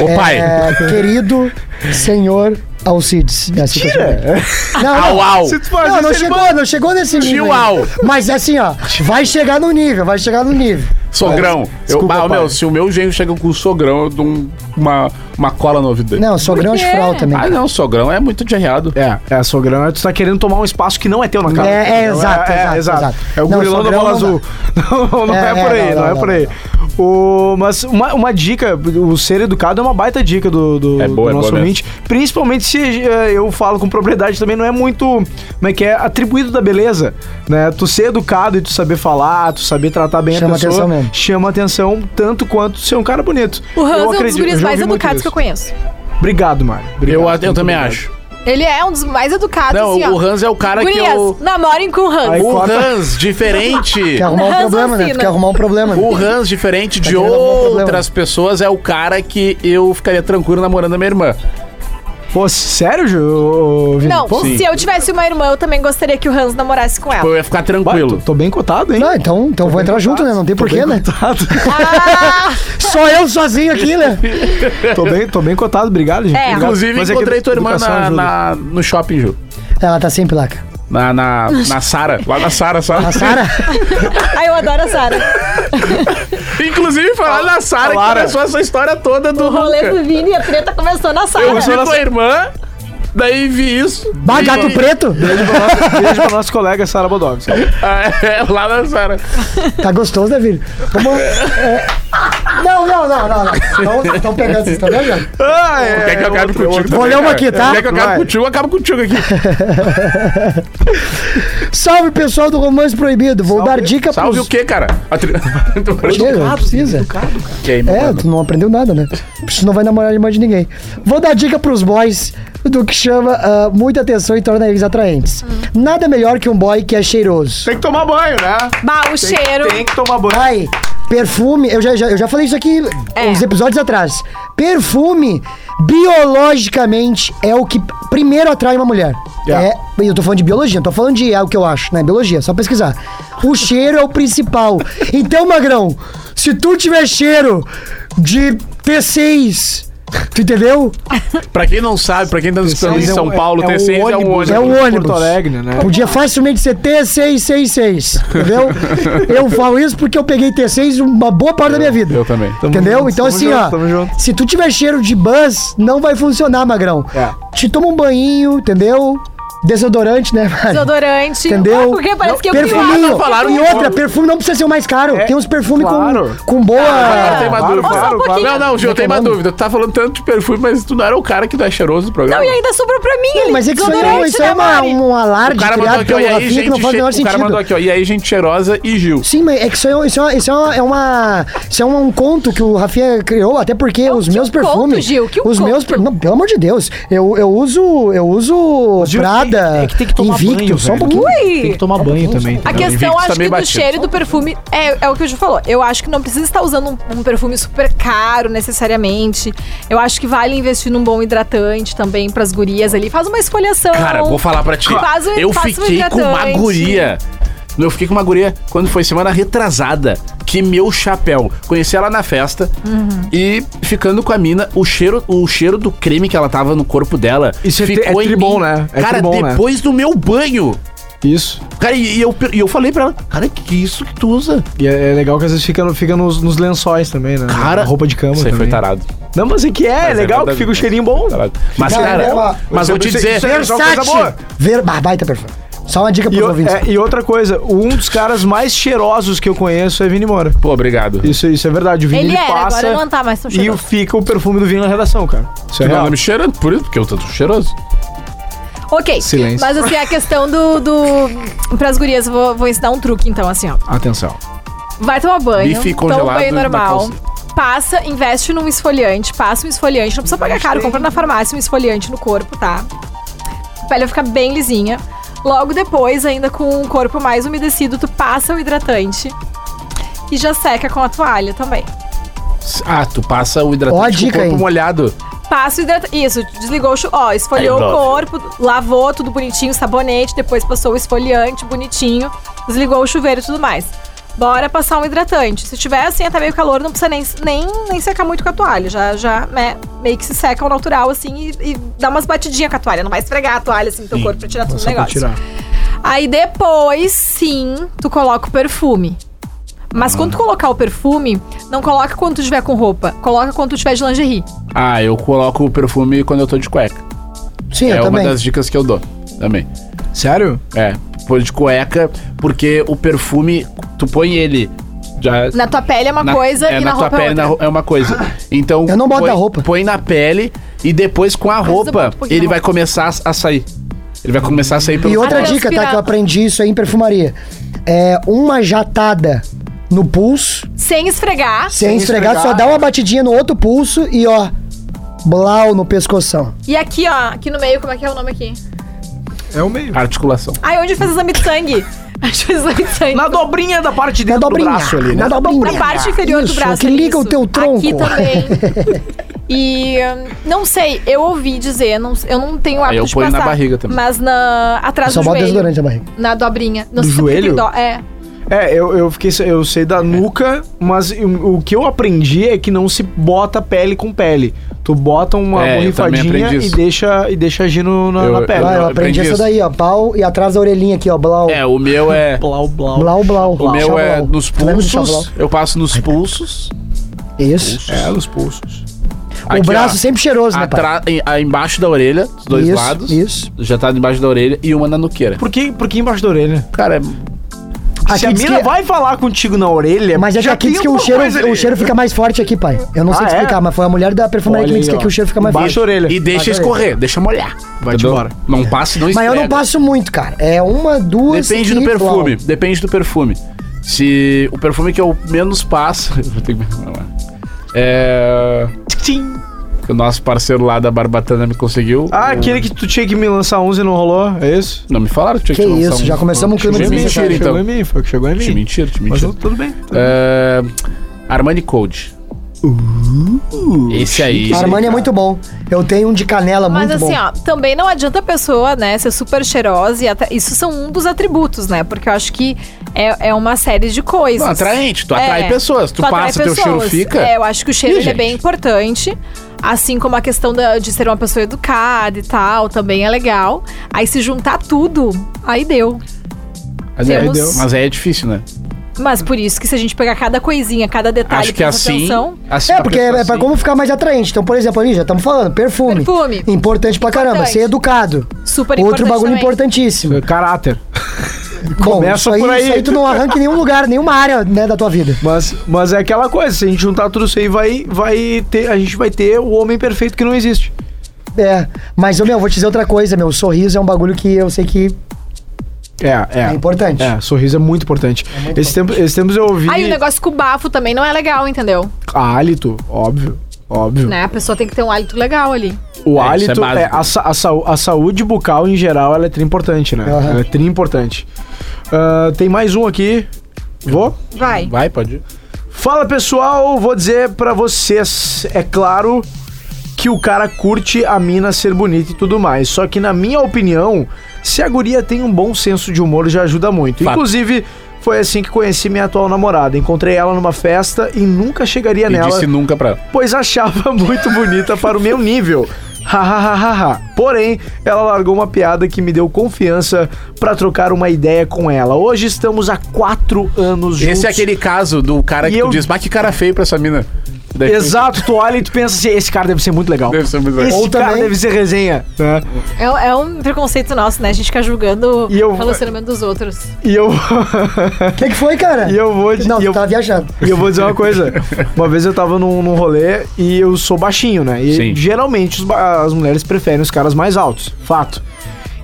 Speaker 2: Ô, pai.
Speaker 5: Ah,
Speaker 4: É, querido senhor Alcides. É assim que eu chamo ele. Não,
Speaker 2: Au,
Speaker 4: não.
Speaker 2: au.
Speaker 5: Se tu faz
Speaker 4: Não,
Speaker 5: isso,
Speaker 4: não
Speaker 5: ele
Speaker 4: chegou,
Speaker 5: manda.
Speaker 4: não chegou nesse nível.
Speaker 2: Chihuau.
Speaker 4: ainda. Mas assim, ó, vai chegar no nível, vai chegar no nível.
Speaker 2: Sogrão. eu,
Speaker 5: Desculpa,
Speaker 2: ah, meu,
Speaker 5: pai.
Speaker 2: se o meu genro chega com o sogrão, eu dou um- uma, uma cola no ouvido dele.
Speaker 4: Não, sogrão de
Speaker 3: quê?
Speaker 4: frau também.
Speaker 2: Ah, não, sogrão é muito de arreado.
Speaker 5: É, é, a sograna, tu tá querendo tomar um espaço que não é teu na casa.
Speaker 4: É, é,
Speaker 5: entendeu?
Speaker 4: exato, exato, exato.
Speaker 5: É o
Speaker 4: Não,
Speaker 5: gurilão da
Speaker 4: sogrão
Speaker 5: bola
Speaker 4: não
Speaker 5: azul. Não, não é,
Speaker 4: É,
Speaker 5: por
Speaker 4: é,
Speaker 5: aí,
Speaker 4: não,
Speaker 5: não, é
Speaker 4: não,
Speaker 5: por aí. O, mas uma, uma dica, o ser educado é uma baita dica do, do,
Speaker 2: É boa,
Speaker 5: do
Speaker 2: é
Speaker 5: nosso
Speaker 2: boa
Speaker 5: ouvinte. Principalmente se eh, eu falo com propriedade também, não é muito, como é que é, atribuído da beleza, né? Tu ser educado e tu saber falar, tu saber tratar bem
Speaker 4: Chama
Speaker 5: a pessoa,
Speaker 4: atenção mesmo.
Speaker 5: chama atenção tanto quanto ser um cara bonito.
Speaker 3: O Hans
Speaker 5: Eu
Speaker 3: é um dos
Speaker 5: acredito, eu
Speaker 3: guris
Speaker 5: já
Speaker 3: mais
Speaker 5: ouvi muito
Speaker 3: educados
Speaker 5: isso.
Speaker 3: que eu conheço.
Speaker 5: Obrigado, Mário.
Speaker 2: eu
Speaker 5: Obrigado,
Speaker 2: eu
Speaker 5: muito
Speaker 2: também
Speaker 5: obrigado.
Speaker 2: acho.
Speaker 3: Ele é um dos mais educados,
Speaker 2: Não,
Speaker 3: assim, ó.
Speaker 2: o Hans é o cara que
Speaker 3: Gurias,
Speaker 2: eu.
Speaker 3: namorem com o Hans.
Speaker 5: Aí,
Speaker 2: O
Speaker 5: corta. é
Speaker 2: Hans, diferente.
Speaker 4: Quer arrumar um
Speaker 3: assim, Não,
Speaker 4: problema, né? Tu
Speaker 3: Zocina.
Speaker 4: quer arrumar um problema. né?
Speaker 2: O Hans, diferente de
Speaker 4: querendo arrumar um
Speaker 2: outras
Speaker 4: problema.
Speaker 2: pessoas, é o cara que eu ficaria tranquilo namorando a minha irmã.
Speaker 5: Pô, sério, Ju? Vini?
Speaker 3: Não,
Speaker 5: Pô,
Speaker 2: sim.
Speaker 3: se eu tivesse uma irmã, eu também gostaria que o Hans namorasse com ela.
Speaker 2: Eu ia ficar
Speaker 5: bah, tô,
Speaker 2: tranquilo.
Speaker 5: tô bem cotado, hein?
Speaker 4: Não, então, então vou entrar junto, né? Não tem
Speaker 5: Tô
Speaker 4: porquê,
Speaker 5: bem
Speaker 4: né?
Speaker 5: Cotado.
Speaker 3: Ah,
Speaker 4: Só eu sozinho aqui, né?
Speaker 5: tô, bem, tô bem cotado, obrigado, gente.
Speaker 3: É.
Speaker 5: Obrigado.
Speaker 2: Inclusive,
Speaker 5: Mas é que
Speaker 2: encontrei tua irmã
Speaker 5: educação
Speaker 2: na-
Speaker 5: ajuda.
Speaker 2: na- no shopping, Ju.
Speaker 4: Ela tá sem placa.
Speaker 2: Na, na, na Sara, lá na Sara, só.
Speaker 4: A Sara?
Speaker 3: Ai, eu adoro a Sara.
Speaker 2: Inclusive, falar na Sara que
Speaker 5: Lara.
Speaker 2: começou essa história toda do
Speaker 3: O rolê
Speaker 2: Hulk.
Speaker 3: do Vini e a treta começou na Sara.
Speaker 2: Eu vi tua irmã, daí vi isso.
Speaker 4: Bah,
Speaker 2: vi-
Speaker 4: gato preto?
Speaker 5: Beijo pra nossa- Beijo pra nosso colega Sara Bodovski.
Speaker 2: Ah, é, lá na Sara.
Speaker 4: Tá gostoso, né, Vini? Vamos- é, Não, não, não, não, não. Estão pegando, vocês estão vendo? né?
Speaker 5: Ah, é.
Speaker 2: Quer que eu acabe
Speaker 5: outro-
Speaker 2: contigo?
Speaker 5: outro.
Speaker 2: também,
Speaker 4: ler uma
Speaker 2: cara?
Speaker 4: aqui, tá?
Speaker 2: Quer que eu acabe
Speaker 5: Vai.
Speaker 2: contigo? Eu acabo contigo aqui.
Speaker 4: Salve, pessoal do Romance Proibido. Vou dar dica
Speaker 2: Salve Tá,
Speaker 4: pros...
Speaker 2: o quê, cara? A tri-
Speaker 4: Chega, não precisa.
Speaker 2: Que aí, meu
Speaker 4: É,
Speaker 2: mano?
Speaker 4: tu não aprendeu nada, né? Tu não vai namorar demais de ninguém. Vou dar dica pros boys do que chama ah, muita atenção e torna eles atraentes.
Speaker 3: Hum.
Speaker 4: Nada melhor que um boy que é cheiroso.
Speaker 5: Tem que tomar banho, né?
Speaker 3: Bah, o cheiro.
Speaker 5: Tem que tomar banho.
Speaker 4: Ai, perfume, eu já, já- eu já falei isso aqui
Speaker 3: É.
Speaker 4: uns episódios atrás. Perfume, biologicamente, é o que primeiro atrai uma mulher.
Speaker 5: Yeah.
Speaker 4: É, eu tô falando de biologia, não tô falando de é o que eu acho, né? Biologia, só pesquisar. O cheiro é o principal. Então, Magrão, se tu tiver cheiro de T6, tu entendeu?
Speaker 2: Pra quem não sabe, pra quem tá nos
Speaker 5: T6
Speaker 2: esperando em
Speaker 5: é um-
Speaker 2: São Paulo,
Speaker 5: é um
Speaker 2: T6 é um
Speaker 5: ônibus,
Speaker 2: ônibus.
Speaker 4: É um
Speaker 5: Porto
Speaker 4: ônibus.
Speaker 5: Alegre, né?
Speaker 4: Podia facilmente ser T666, entendeu? eu falo isso porque eu peguei T6 uma boa parte da minha vida.
Speaker 2: Eu também.
Speaker 4: Entendeu?
Speaker 5: junto,
Speaker 4: então,
Speaker 5: tamo
Speaker 4: assim,
Speaker 5: junto,
Speaker 4: ó.
Speaker 5: tamo junto.
Speaker 4: Se tu tiver cheiro de buzz, não vai funcionar, magrão.
Speaker 5: É.
Speaker 4: Te toma um banhinho, entendeu? Desodorante, né, Mari?
Speaker 3: Desodorante.
Speaker 4: Entendeu?
Speaker 3: Ah, porque parece que eu
Speaker 4: perfuminho.
Speaker 3: queimava.
Speaker 2: falaram
Speaker 4: e
Speaker 2: muito.
Speaker 4: outra, perfume não precisa ser o mais caro.
Speaker 5: É,
Speaker 4: Tem uns perfumes
Speaker 5: claro. Ah, é.
Speaker 4: com, com boa.
Speaker 2: Agora eu tenho uma
Speaker 5: Claro,
Speaker 2: dúvida.
Speaker 3: Só
Speaker 5: claro,
Speaker 3: Ah, um pouquinho.
Speaker 2: Não, não, Gil, eu tenho uma
Speaker 4: Recomendo.
Speaker 2: dúvida. Tu tá falando tanto de perfume, mas tu não era o cara que não é cheiroso do programa.
Speaker 3: Não, e ainda sobrou pra mim. né,
Speaker 4: Não,
Speaker 3: ele
Speaker 4: mas é que isso aí, é- isso aí é uma, um
Speaker 2: O
Speaker 4: alarde
Speaker 2: cara mandou
Speaker 4: criado
Speaker 2: aqui,
Speaker 4: pelo
Speaker 2: ó, e aí,
Speaker 4: Rafinha que não
Speaker 2: gente, che-
Speaker 4: faz o menor
Speaker 2: o cara
Speaker 4: sentido.
Speaker 2: mandou aqui, ó, e aí, gente cheirosa e Gil.
Speaker 4: Sim, mas é que isso é, um- isso é, uma- isso é, uma, é uma- Isso é um, um conto que o Rafinha criou, até porque os
Speaker 3: que
Speaker 4: meus
Speaker 3: um
Speaker 4: perfumes.
Speaker 3: conto, Gil? Que um
Speaker 4: os meus
Speaker 3: conto?
Speaker 4: per- Não, pelo amor de Deus. Eu, eu uso. Eu uso
Speaker 5: Gil,
Speaker 4: Prada.
Speaker 5: é que tem que tomar
Speaker 4: Invictus,
Speaker 5: banho,
Speaker 4: só um
Speaker 5: velho. um
Speaker 4: pouquinho.
Speaker 5: Tem
Speaker 3: Ui!
Speaker 5: que tomar banho também.
Speaker 3: A
Speaker 2: Não,
Speaker 3: questão,
Speaker 2: Invictus
Speaker 3: acho
Speaker 2: também
Speaker 3: que do
Speaker 2: batido.
Speaker 3: cheiro e do perfume é, é o que o Ju falou. Eu acho que não precisa estar usando um, um perfume super caro necessariamente. Eu acho que vale investir num bom hidratante também pras gurias ali. Faz uma esfoliação.
Speaker 2: Cara, vou falar pra ti.
Speaker 3: Faz
Speaker 4: um
Speaker 3: o-
Speaker 2: eu
Speaker 3: faz o
Speaker 2: fiquei com uma
Speaker 3: hidratante.
Speaker 2: guria. Eu fiquei com uma guria quando foi semana retrasada. Que meu chapéu. Conheci ela na festa
Speaker 4: Uhum.
Speaker 2: e ficando com a mina, o cheiro, o cheiro do creme que ela tava no corpo dela
Speaker 5: Isso é tri-
Speaker 2: ficou
Speaker 5: é
Speaker 2: em
Speaker 5: tri bom,
Speaker 2: mim.
Speaker 5: né? É
Speaker 2: Cara,
Speaker 5: tri bom, né?
Speaker 2: depois do meu banho.
Speaker 5: Isso.
Speaker 2: Cara, e, e eu, e eu falei pra ela, cara, que é isso que tu usa?
Speaker 5: E é, é legal que às vezes fica, no- fica nos, nos lençóis também, né?
Speaker 2: Cara,
Speaker 5: Na roupa de cama.
Speaker 2: Você
Speaker 5: também.
Speaker 2: foi tarado.
Speaker 5: Não, mas é que é,
Speaker 2: Mas é
Speaker 5: legal que
Speaker 2: verdade.
Speaker 5: fica o cheirinho bom.
Speaker 2: tarado. Mas,
Speaker 4: Não,
Speaker 2: cara,
Speaker 4: é uma-
Speaker 2: mas vou te
Speaker 5: Isso é-
Speaker 2: dizer.
Speaker 5: isso é- isso é uma coisa
Speaker 4: Versátil.
Speaker 5: boa.
Speaker 4: Ver... Ah, baita perfume. Só uma dica
Speaker 5: E,
Speaker 4: pros
Speaker 5: o-
Speaker 4: ouvintes.
Speaker 5: é, e outra coisa, um dos caras mais cheirosos que eu conheço é Vini Moura.
Speaker 2: Pô, obrigado.
Speaker 5: Isso, isso é verdade. O Vini
Speaker 3: Ele
Speaker 5: ele
Speaker 3: era,
Speaker 5: passa
Speaker 3: agora não tá mais tão
Speaker 5: e
Speaker 3: cheiroso.
Speaker 5: fica o perfume do Vini na redação, cara. Isso é
Speaker 2: Tu não
Speaker 5: real.
Speaker 2: anda me cheirando, por isso, porque eu tô cheiroso.
Speaker 3: Ok.
Speaker 5: Silêncio.
Speaker 3: Mas assim, a questão do. do pras gurias, eu vou, vou ensinar um truque então, assim, ó.
Speaker 5: Atenção.
Speaker 3: Vai tomar banho.
Speaker 2: Bife
Speaker 3: toma um
Speaker 2: congelado
Speaker 3: banho
Speaker 2: na
Speaker 3: normal.
Speaker 2: calça.
Speaker 3: Passa, investe num esfoliante, passa um esfoliante, não precisa pagar caro, compra na farmácia um esfoliante no corpo, tá? A pele vai ficar bem lisinha. Logo depois, ainda com o corpo mais umedecido, tu passa o hidratante e já seca com a toalha também.
Speaker 2: Ah, tu passa o
Speaker 4: Ó a
Speaker 2: hidratante com
Speaker 4: dica
Speaker 2: o corpo
Speaker 4: aí.
Speaker 2: molhado.
Speaker 3: Passa o hidratante. Isso, desligou o chu... Ó, esfoliou
Speaker 2: Aí,
Speaker 3: o
Speaker 2: brother.
Speaker 3: corpo, lavou tudo bonitinho, sabonete, depois passou o esfoliante bonitinho, desligou o chuveiro e tudo mais. Bora passar um hidratante. Se tiver assim, até meio calor, não precisa nem, nem, nem secar muito com a toalha. Já, já né, meio que se seca ao natural, assim, e, e dá umas batidinhas com a toalha. Não vai esfregar a toalha, assim, no teu
Speaker 2: Sim,
Speaker 3: corpo pra tirar todo o
Speaker 5: Só pra
Speaker 3: negócio.
Speaker 5: tirar.
Speaker 3: Aí depois, sim, tu coloca o perfume. Mas quando tu
Speaker 2: Ah.
Speaker 3: colocar o perfume, não coloca quando tu estiver com roupa. Coloca quando tu estiver de lingerie.
Speaker 2: Ah, eu coloco o perfume quando eu tô de cueca.
Speaker 4: Sim,
Speaker 2: é
Speaker 4: eu
Speaker 2: uma
Speaker 4: também.
Speaker 2: das dicas que eu dou também.
Speaker 5: Sério?
Speaker 2: É, pôr de cueca, porque o perfume, tu põe ele. Já,
Speaker 3: Na tua pele é uma
Speaker 2: na-
Speaker 3: coisa
Speaker 2: é,
Speaker 3: e na,
Speaker 2: tua
Speaker 3: roupa é
Speaker 2: pele
Speaker 3: outra.
Speaker 2: na ro- é uma coisa. Então.
Speaker 4: Eu não boto
Speaker 2: põe,
Speaker 4: na roupa.
Speaker 2: Põe na pele e depois com a
Speaker 3: eu
Speaker 2: roupa
Speaker 3: boto um pouquinho
Speaker 2: ele
Speaker 3: na
Speaker 2: vai
Speaker 3: roupa.
Speaker 2: começar a- a sair. Ele vai começar a sair pelo.
Speaker 4: E outra
Speaker 3: Ah,
Speaker 4: dica, tá?
Speaker 3: transpirar.
Speaker 4: Que eu aprendi isso aí em perfumaria. É uma jatada no pulso,
Speaker 3: Sem esfregar.
Speaker 4: sem,
Speaker 5: Sem
Speaker 4: esfregar,
Speaker 5: esfregar.
Speaker 4: só dá uma batidinha no outro pulso e ó, blau no pescoção.
Speaker 3: E aqui, ó, aqui no meio, como é que é o nome aqui?
Speaker 5: É o meio.
Speaker 2: Articulação.
Speaker 3: Ai, onde fez exame de sangue? A gente fez exame de sangue.
Speaker 5: Na dobrinha da parte de
Speaker 4: Na
Speaker 5: dentro do
Speaker 4: dobrinha.
Speaker 5: braço ali, né?
Speaker 4: Na dobrinha.
Speaker 3: Na parte inferior
Speaker 4: Isso,
Speaker 3: do braço. é
Speaker 4: que liga
Speaker 3: isso.
Speaker 4: o teu tronco.
Speaker 3: Aqui também. E hum, não sei, eu ouvi dizer, não- eu não tenho hábito
Speaker 2: eu
Speaker 3: de
Speaker 2: ponho
Speaker 3: passar.
Speaker 2: na barriga também.
Speaker 3: Mas na, atrás
Speaker 4: Só
Speaker 3: do
Speaker 4: bota
Speaker 3: joelho.
Speaker 4: desodorante na barriga.
Speaker 3: Na dobrinha. Não
Speaker 5: Do
Speaker 3: sei por que tem
Speaker 5: joelho?
Speaker 3: dó- É.
Speaker 5: É, eu, eu fiquei. Eu sei da nuca, mas eu- o que eu aprendi é que não se bota pele com pele. Tu bota uma
Speaker 2: É, eu também
Speaker 5: borrifadinha
Speaker 2: aprendi
Speaker 5: e
Speaker 2: isso.
Speaker 5: deixa, e deixa agir no- na,
Speaker 2: Eu-
Speaker 5: na pele.
Speaker 4: Ah, eu
Speaker 2: eu
Speaker 4: aprendi
Speaker 2: aprendi
Speaker 4: essa
Speaker 2: isso.
Speaker 4: daí, ó. Pau e atrás da orelhinha aqui, ó. Blau.
Speaker 2: É, o meu é.
Speaker 5: Blau, blau.
Speaker 4: Blau, blau.
Speaker 2: O meu é
Speaker 4: Chablau.
Speaker 2: nos
Speaker 4: Tu lembra do Chablau?
Speaker 2: pulsos. Eu passo nos pulsos.
Speaker 4: Isso.
Speaker 5: É, nos pulsos.
Speaker 4: o
Speaker 2: Aqui,
Speaker 4: braço
Speaker 2: ó,
Speaker 4: sempre cheiroso, né, pai?
Speaker 2: atra- em- a- embaixo da orelha, dos dois
Speaker 4: isso,
Speaker 2: lados.
Speaker 4: Isso.
Speaker 2: Já tá embaixo da orelha e uma na nuqueira.
Speaker 5: Por que, por que embaixo da orelha?
Speaker 2: Cara, é-
Speaker 4: Aqui
Speaker 5: Se a
Speaker 4: diz
Speaker 5: mina
Speaker 4: que-
Speaker 5: vai falar contigo na orelha.
Speaker 4: Mas é que
Speaker 5: já
Speaker 4: aqui
Speaker 5: tem
Speaker 4: diz que o
Speaker 5: alguma
Speaker 4: cheiro,
Speaker 5: coisa ali.
Speaker 4: o cheiro fica mais forte aqui, pai. Eu não sei
Speaker 5: Ah,
Speaker 4: te
Speaker 5: é?
Speaker 4: explicar, mas foi a mulher da perfumaria que
Speaker 5: Olha
Speaker 4: me disse
Speaker 5: aí,
Speaker 4: que aqui
Speaker 5: ó.
Speaker 4: o cheiro fica mais
Speaker 5: Embaixo da
Speaker 4: forte.
Speaker 5: orelha.
Speaker 2: e deixa
Speaker 4: Mas é-
Speaker 2: escorrer, deixa molhar. Vai
Speaker 5: Entendeu?
Speaker 2: embora. Não passe, não
Speaker 4: Mas eu não
Speaker 2: esfrega.
Speaker 4: passo muito, cara. É uma, duas.
Speaker 2: Depende
Speaker 4: e
Speaker 2: do perfume.
Speaker 4: blau.
Speaker 2: Depende do perfume. Se o perfume que eu menos passo. Eu tenho que- vamos lá. É.
Speaker 5: Tchim.
Speaker 2: que O nosso parceiro lá da Barbatana me conseguiu.
Speaker 5: Ah,
Speaker 2: O-
Speaker 5: aquele que tu tinha que me lançar 11 e não rolou? É isso?
Speaker 2: Não me falaram que tinha
Speaker 4: Que
Speaker 2: que lançar
Speaker 4: isso,
Speaker 2: um-
Speaker 4: já começamos um clima
Speaker 2: Chegou em mim,
Speaker 4: desnecessário.
Speaker 2: Mentira,
Speaker 5: Chegou em
Speaker 2: então.
Speaker 5: mim, foi o que chegou em
Speaker 2: Te
Speaker 5: mim.
Speaker 2: mentira, te
Speaker 5: Mas
Speaker 2: mentira.
Speaker 5: tudo bem.
Speaker 2: É, Armani Code. Esse aí.
Speaker 4: Uh. Armani é muito bom. Eu tenho um de canela
Speaker 3: Mas
Speaker 4: muito
Speaker 3: assim,
Speaker 4: bom.
Speaker 3: ó, também não adianta a pessoa, né, ser super cheirosa e até. Isso são um dos atributos, né? Porque eu acho que é, é uma série de coisas.
Speaker 2: Não, atraente, tu atrai pessoas, tu
Speaker 3: É. atrai
Speaker 2: passa, teu cheiro fica.
Speaker 3: É, eu acho que o cheiro
Speaker 2: Ih,
Speaker 3: ele é
Speaker 2: gente.
Speaker 3: bem importante. Assim como a questão da- de ser uma pessoa educada e tal, também é legal. Aí se juntar tudo, aí deu.
Speaker 2: Mas aí,
Speaker 3: Temos-
Speaker 2: deu. mas aí é difícil, né?
Speaker 3: Mas por isso que se a gente pegar cada coisinha, cada detalhe,
Speaker 2: Acho que
Speaker 3: prestar
Speaker 2: assim.
Speaker 3: atenção.
Speaker 2: assim
Speaker 4: É, porque é,
Speaker 2: pessoa
Speaker 4: é pra
Speaker 2: assim-
Speaker 4: como ficar mais atraente. Então, por exemplo, ali já estamos falando, perfume.
Speaker 3: Perfume.
Speaker 4: Importante pra caramba,
Speaker 3: Importante.
Speaker 4: ser educado.
Speaker 3: Super
Speaker 4: Outro
Speaker 3: importante
Speaker 4: bagulho
Speaker 3: também.
Speaker 4: importantíssimo.
Speaker 5: Caráter.
Speaker 4: Bom,
Speaker 5: Começa
Speaker 4: isso aí,
Speaker 5: por aí.
Speaker 4: Isso aí tu não arranca em nenhum lugar, nenhuma área né, da tua vida.
Speaker 5: Mas, mas é aquela coisa, se a gente juntar tudo isso aí, vai, vai ter, a gente vai ter o homem perfeito que não existe.
Speaker 4: É. Mas, ô, meu, vou te dizer outra coisa, meu. Sorriso é um bagulho que eu sei que
Speaker 5: É,
Speaker 4: é importante.
Speaker 5: É, sorriso é muito importante. esse tempo, esses tempos eu ouvi.
Speaker 3: Aí o negócio com bafo também não é legal, entendeu?
Speaker 5: Ah, hálito, óbvio. Óbvio.
Speaker 3: Né? A pessoa tem que ter um hálito legal ali.
Speaker 2: É,
Speaker 5: O
Speaker 2: isso
Speaker 5: hálito,
Speaker 2: é básico.
Speaker 5: é, a, sa- a sau- a saúde bucal em geral, ela é tri importante, né?
Speaker 4: Aham.
Speaker 5: Ela é tri importante. Ah, tem mais um aqui. Vou?
Speaker 3: Vai.
Speaker 2: Vai, pode ir.
Speaker 5: Fala pessoal, vou dizer pra vocês, é claro que o cara curte a mina ser bonita e tudo mais, só que na minha opinião, se a guria tem um bom senso de humor já ajuda muito.
Speaker 2: Fato.
Speaker 5: Inclusive, foi assim que conheci minha atual namorada. Encontrei ela numa festa e nunca chegaria
Speaker 2: E
Speaker 5: nela
Speaker 2: disse nunca pra ela.
Speaker 5: pois achava muito bonita para o meu nível. Hahaha. Porém, ela largou uma piada que me deu confiança para trocar uma ideia com ela. Hoje estamos há quatro anos juntos.
Speaker 2: Esse é aquele caso do cara
Speaker 5: E
Speaker 2: que
Speaker 5: eu-
Speaker 2: tu diz, bah, que cara feio pra essa mina. Daí tu-
Speaker 5: Exato, tu olha e tu pensa assim, esse cara deve ser muito legal.
Speaker 2: Deve ser muito legal.
Speaker 5: Esse
Speaker 4: Ou
Speaker 5: cara
Speaker 4: também-
Speaker 5: deve ser resenha. né?
Speaker 3: É, é um preconceito nosso, né? A gente fica julgando
Speaker 5: E eu-
Speaker 3: o relacionamento dos outros.
Speaker 5: E eu...
Speaker 4: O que, que foi, cara?
Speaker 5: e eu vou...
Speaker 4: Não, tá-
Speaker 5: e
Speaker 4: tu
Speaker 5: eu...
Speaker 4: tava viajando.
Speaker 5: E eu vou dizer uma coisa. Uma vez eu tava num, num rolê e eu sou baixinho, né? E
Speaker 2: Sim.
Speaker 5: geralmente os ba- as mulheres preferem os caras mais altos. Fato.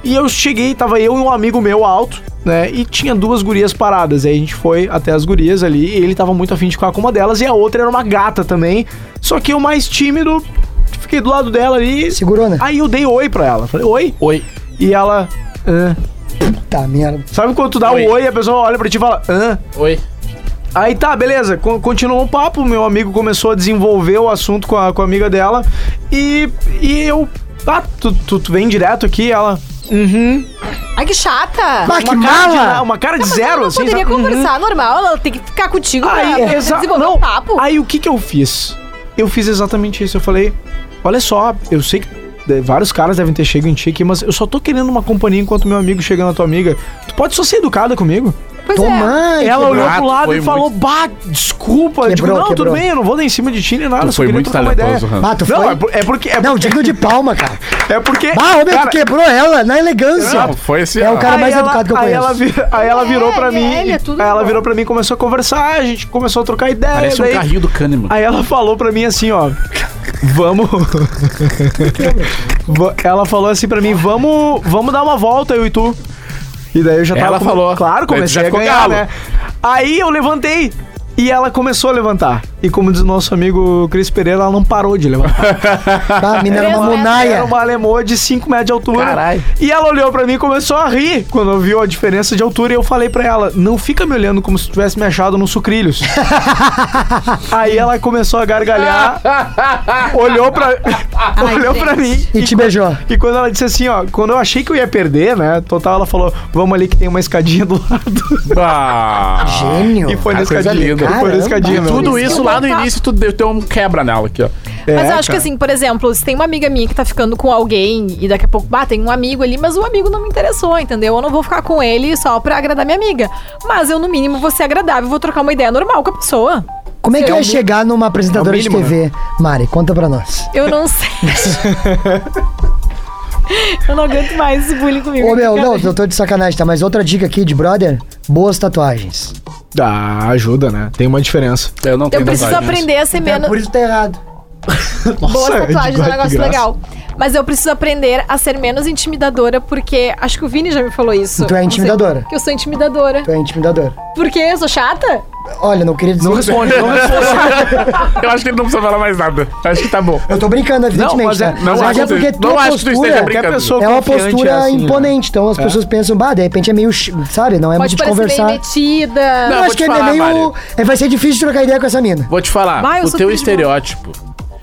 Speaker 5: E eu cheguei, tava eu e um amigo meu alto, né? E tinha duas gurias paradas. Aí a gente foi até as gurias ali e ele tava muito afim de ficar com uma delas e a outra era uma gata também. Só que eu mais tímido, fiquei do lado dela ali.
Speaker 4: Segurou, né?
Speaker 5: Aí eu dei oi pra ela. Falei, oi?
Speaker 2: Oi.
Speaker 5: E ela. "Hã?"
Speaker 4: Tá, merda.
Speaker 5: Sabe quando tu dá
Speaker 2: Oi.
Speaker 5: o oi e a pessoa olha pra ti e fala, hã?
Speaker 2: Oi.
Speaker 5: Aí tá, beleza. con- Continuou o papo. Meu amigo começou a desenvolver o assunto com a, com a amiga dela. E, e eu. Ah, tu, tu, tu vem direto aqui? Ela. Uhum.
Speaker 3: Ai, que chata!
Speaker 4: Bah, que
Speaker 5: uma cara de, na-
Speaker 4: mala! Tá,
Speaker 5: uma cara de
Speaker 3: Mas
Speaker 5: zero,
Speaker 3: ela não
Speaker 5: assim.
Speaker 3: poderia
Speaker 5: sabe? Uhum.
Speaker 3: conversar normal, ela tem que ficar contigo
Speaker 5: Aí,
Speaker 3: pra
Speaker 5: exa-
Speaker 3: desenvolver
Speaker 5: não.
Speaker 3: um papo.
Speaker 5: Aí o que que eu fiz? Eu fiz exatamente isso. Eu falei, olha só, eu sei que de- vários caras devem ter chegado em ti aqui, mas eu só tô querendo uma companhia enquanto meu amigo chega na tua amiga. Tu pode só ser educada comigo?
Speaker 3: pois
Speaker 4: Tua
Speaker 3: é.
Speaker 4: mãe!
Speaker 5: Ela olhou
Speaker 2: rato,
Speaker 5: pro lado
Speaker 2: foi
Speaker 5: e falou, bah, desculpa. Eu digo,
Speaker 4: Quebrou,
Speaker 5: não, tudo
Speaker 4: quebrou.
Speaker 5: bem, eu não vou dar em cima de ti nem
Speaker 2: Tu
Speaker 5: nada. só
Speaker 2: foi
Speaker 5: Ah, queria
Speaker 2: muito
Speaker 5: trocar uma ideia.
Speaker 2: talentoso, Hans.
Speaker 4: Ah, tu
Speaker 5: não,
Speaker 4: foi?
Speaker 5: é por- é porque. É,
Speaker 4: Não, digno de palma, cara.
Speaker 5: é porque.
Speaker 4: Bah, ô, meu,
Speaker 5: cara,
Speaker 4: tu quebrou ela na elegância.
Speaker 2: Não, foi assim.
Speaker 4: É o
Speaker 2: ó.
Speaker 4: cara- mais
Speaker 5: aí ela-
Speaker 4: educado que eu
Speaker 5: aí
Speaker 4: conheço.
Speaker 5: ela, vi- aí ela
Speaker 3: Ele
Speaker 5: virou
Speaker 3: é,
Speaker 5: pra
Speaker 3: ele
Speaker 5: mim.
Speaker 3: é, ele é
Speaker 5: e-
Speaker 3: tudo
Speaker 5: aí ela
Speaker 3: bom.
Speaker 5: virou pra mim e começou a conversar. A gente começou a trocar ideia.
Speaker 2: Parece um
Speaker 5: daí-
Speaker 2: carrinho do Kahneman.
Speaker 5: Aí ela falou pra mim assim, ó. Vamos. Va- ela falou assim pra mim, vamos, vamos dar uma volta, eu e tu. E daí eu já tava.
Speaker 2: Ela
Speaker 5: come-
Speaker 2: falou.
Speaker 5: Claro,
Speaker 2: Daí tu já
Speaker 5: comecei a né?
Speaker 2: ficou
Speaker 5: ganhar,
Speaker 2: galo.
Speaker 5: né? Aí eu levantei e ela começou a levantar. E como diz o nosso amigo Cris Pereira, ela não parou de levantar.
Speaker 4: Tá, a mina era uma
Speaker 3: Mesmo
Speaker 5: Era
Speaker 4: munaia.
Speaker 5: uma alemoa de 5 metros de altura.
Speaker 2: Caralho.
Speaker 5: E ela olhou pra mim e começou a rir quando viu a diferença de altura. E eu falei pra ela: não fica me olhando como se tivesse me achado no sucrilhos. Aí ela começou a gargalhar, ah, olhou pra, olhou pra
Speaker 3: gente.
Speaker 5: mim
Speaker 4: E te beijou.
Speaker 5: e quando ela disse assim, ó, quando eu achei que eu ia perder, né? Total, ela falou, vamos ali que tem uma escadinha do lado.
Speaker 2: Ah.
Speaker 4: Gênio.
Speaker 5: e foi na
Speaker 2: que coisa é
Speaker 5: escadinha.
Speaker 2: linda.
Speaker 5: E foi na
Speaker 4: Caramba.
Speaker 5: escadinha, meu.
Speaker 2: Tudo
Speaker 3: Por isso
Speaker 2: isso
Speaker 3: que eu
Speaker 2: lá no
Speaker 3: contava.
Speaker 2: início, tu deu, deu um quebra nela aqui, ó.
Speaker 3: Mas eu acho que
Speaker 5: cara.
Speaker 3: assim, por exemplo, se tem uma amiga minha que tá ficando com alguém e daqui a pouco, bah, tem um amigo ali, mas o amigo não me interessou, entendeu? Eu não vou ficar com ele só pra agradar minha amiga. Mas eu, no mínimo, vou ser agradável, vou trocar uma ideia normal com a pessoa.
Speaker 4: Como é que
Speaker 3: É
Speaker 4: é
Speaker 3: o mi-
Speaker 4: chegar numa apresentadora
Speaker 2: É
Speaker 5: mínimo,
Speaker 4: de TV?
Speaker 2: né?
Speaker 4: Mari, conta pra nós.
Speaker 3: Eu não sei. eu não aguento mais esse bullying comigo.
Speaker 4: Ô, meu,
Speaker 3: cara.
Speaker 4: não, eu tô de sacanagem, tá? Mas outra dica aqui de brother, boas tatuagens.
Speaker 5: Ah, ajuda, né? Tem uma diferença.
Speaker 2: Eu não tenho
Speaker 3: Eu preciso
Speaker 2: vontade disso.
Speaker 3: aprender a ser
Speaker 4: É,
Speaker 3: menos.
Speaker 4: por isso tá errado.
Speaker 3: Boas
Speaker 5: Nossa,
Speaker 3: tatuagens é um
Speaker 5: de
Speaker 3: negócio
Speaker 5: graça.
Speaker 3: legal. Mas eu preciso aprender a ser menos intimidadora, porque acho que o Vini já me falou isso.
Speaker 4: Tu
Speaker 3: Não
Speaker 4: é
Speaker 3: sei,
Speaker 4: intimidadora.
Speaker 3: Que eu sou intimidadora.
Speaker 4: Tu é intimidador.
Speaker 3: Por quê? Eu sou chata?
Speaker 4: Olha, não queria dizer.
Speaker 5: Não responde, não responde.
Speaker 2: Eu acho que ele não precisa falar mais nada. Acho que tá bom.
Speaker 4: Eu tô brincando, evidentemente,
Speaker 5: mas é-
Speaker 4: tá?
Speaker 2: não
Speaker 4: mas
Speaker 2: acho
Speaker 4: é
Speaker 2: que tu-
Speaker 4: porque tua
Speaker 2: não acho que tu esteja
Speaker 4: postura
Speaker 2: brincando.
Speaker 5: Qualquer pessoa
Speaker 4: é uma
Speaker 5: confiante
Speaker 4: postura
Speaker 5: é assim, né?
Speaker 4: imponente. Então as pessoas pensam, bah, de repente é meio, ch- sabe? Não é
Speaker 3: Pode
Speaker 4: muito de
Speaker 3: parecer
Speaker 4: conversar.
Speaker 3: meio metida.
Speaker 2: Não,
Speaker 4: Eu
Speaker 2: vou
Speaker 4: acho
Speaker 2: te
Speaker 4: que ainda é
Speaker 2: falar,
Speaker 4: meio.
Speaker 2: Mari.
Speaker 4: é, Vai ser difícil trocar ideia com essa mina.
Speaker 2: Vou te falar,
Speaker 3: Vai, eu
Speaker 2: o
Speaker 3: sou
Speaker 2: teu
Speaker 3: filho de uma-
Speaker 2: estereótipo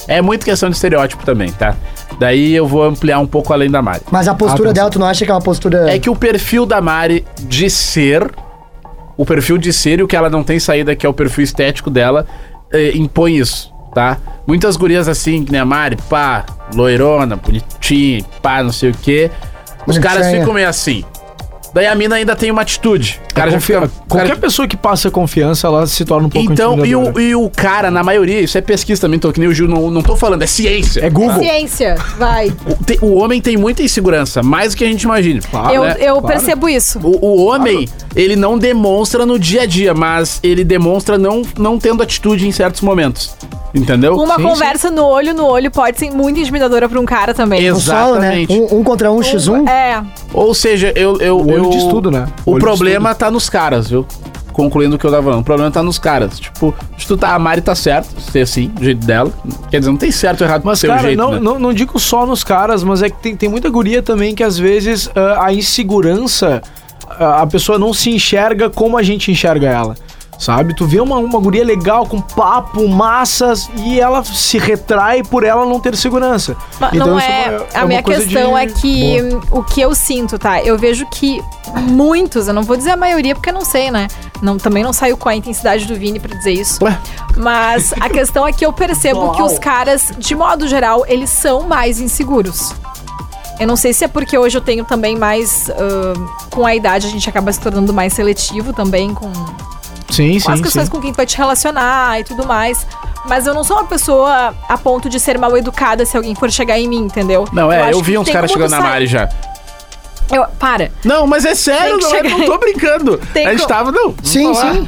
Speaker 2: é muito questão de estereótipo também, tá? Daí eu vou ampliar um pouco além da Mari.
Speaker 4: Mas a postura
Speaker 5: Atenção.
Speaker 4: dela, tu não acha que é uma postura.
Speaker 2: Ah, tá. É que o perfil da Mari de ser, o perfil de ser e o que ela não tem saída, que é o perfil estético dela, eh, impõe isso, tá? Muitas gurias assim, que nem a Mari, pá, loirona, bonitinha, pá, não sei o quê. Os
Speaker 4: Bonitinha.
Speaker 2: caras ficam meio assim. Daí a mina ainda tem uma atitude. O cara já
Speaker 5: Confia-
Speaker 2: fica. o
Speaker 5: É Qualquer
Speaker 2: É cara-
Speaker 5: pessoa que passa confiança, ela se torna um pouco
Speaker 2: Então, e o,
Speaker 5: intimidadora.
Speaker 2: e o cara, na maioria, isso é pesquisa também, tô que nem o Gil, não, não tô falando, é ciência.
Speaker 5: É Google.
Speaker 3: Ciência, vai.
Speaker 2: O, te- o homem tem muita insegurança, mais do que a gente imagina.
Speaker 5: Claro,
Speaker 3: eu
Speaker 2: né?
Speaker 3: eu
Speaker 5: claro.
Speaker 3: percebo isso.
Speaker 2: O, o homem, ele não demonstra no dia a dia, mas ele demonstra não, não tendo atitude em certos momentos. Entendeu?
Speaker 3: Uma
Speaker 5: sim,
Speaker 3: conversa no olho no olho pode ser muito intimidadora pra um cara também.
Speaker 4: um solo, né?
Speaker 2: Exatamente.
Speaker 4: Um, um contra um, x1.
Speaker 3: É.
Speaker 2: Ou seja, eu. eu
Speaker 5: O olho
Speaker 2: eu-
Speaker 5: diz tudo, né?
Speaker 2: O
Speaker 5: olho
Speaker 2: problema tá nos caras, viu? Concluindo o que eu tava falando. O problema tá nos caras. Tipo, se tu tá, a Mari tá certo, ser assim, do jeito dela. Quer dizer, não tem certo ou errado pro
Speaker 5: Mas,
Speaker 2: seu
Speaker 5: cara,
Speaker 2: jeito.
Speaker 5: não,
Speaker 2: né?
Speaker 5: não, não digo só nos caras, mas é que tem, tem muita guria também que às vezes ah, a insegurança, ah, a pessoa não se enxerga como a gente enxerga ela. Sabe? Tu vê uma, uma guria legal, com papo, massas, e ela se retrai por ela não ter segurança.
Speaker 3: Mas não é, a minha questão é que hum, o que eu sinto, tá? Eu vejo que muitos, eu não vou dizer a maioria porque eu não sei, né? Não, também não saiu com a intensidade do Vini pra dizer isso.
Speaker 5: Ué.
Speaker 3: Mas a questão é que eu percebo que os caras, de modo geral, eles são mais inseguros. Eu não sei se é porque hoje eu tenho também mais. ah, com a idade, a gente acaba se tornando mais seletivo também com,
Speaker 5: Sim,
Speaker 3: com as
Speaker 5: sim,
Speaker 3: questões
Speaker 5: sim.
Speaker 3: com quem tu vai te relacionar e tudo mais. Mas eu não sou uma pessoa a ponto de ser mal educada se alguém for chegar em mim, entendeu?
Speaker 2: Não, é, eu,
Speaker 3: acho
Speaker 2: vi
Speaker 3: que
Speaker 2: uns
Speaker 3: tem
Speaker 2: caras
Speaker 3: como
Speaker 2: chegando
Speaker 3: tu
Speaker 2: na
Speaker 3: sair-
Speaker 2: Mari já.
Speaker 3: Eu, para.
Speaker 2: Não, mas é sério,
Speaker 3: Tem que
Speaker 2: não, eu
Speaker 3: chegar
Speaker 2: não tô brincando.
Speaker 3: Tem
Speaker 2: a gente
Speaker 3: co-
Speaker 2: tava, não.
Speaker 4: Sim,
Speaker 2: vamos falar.
Speaker 4: sim.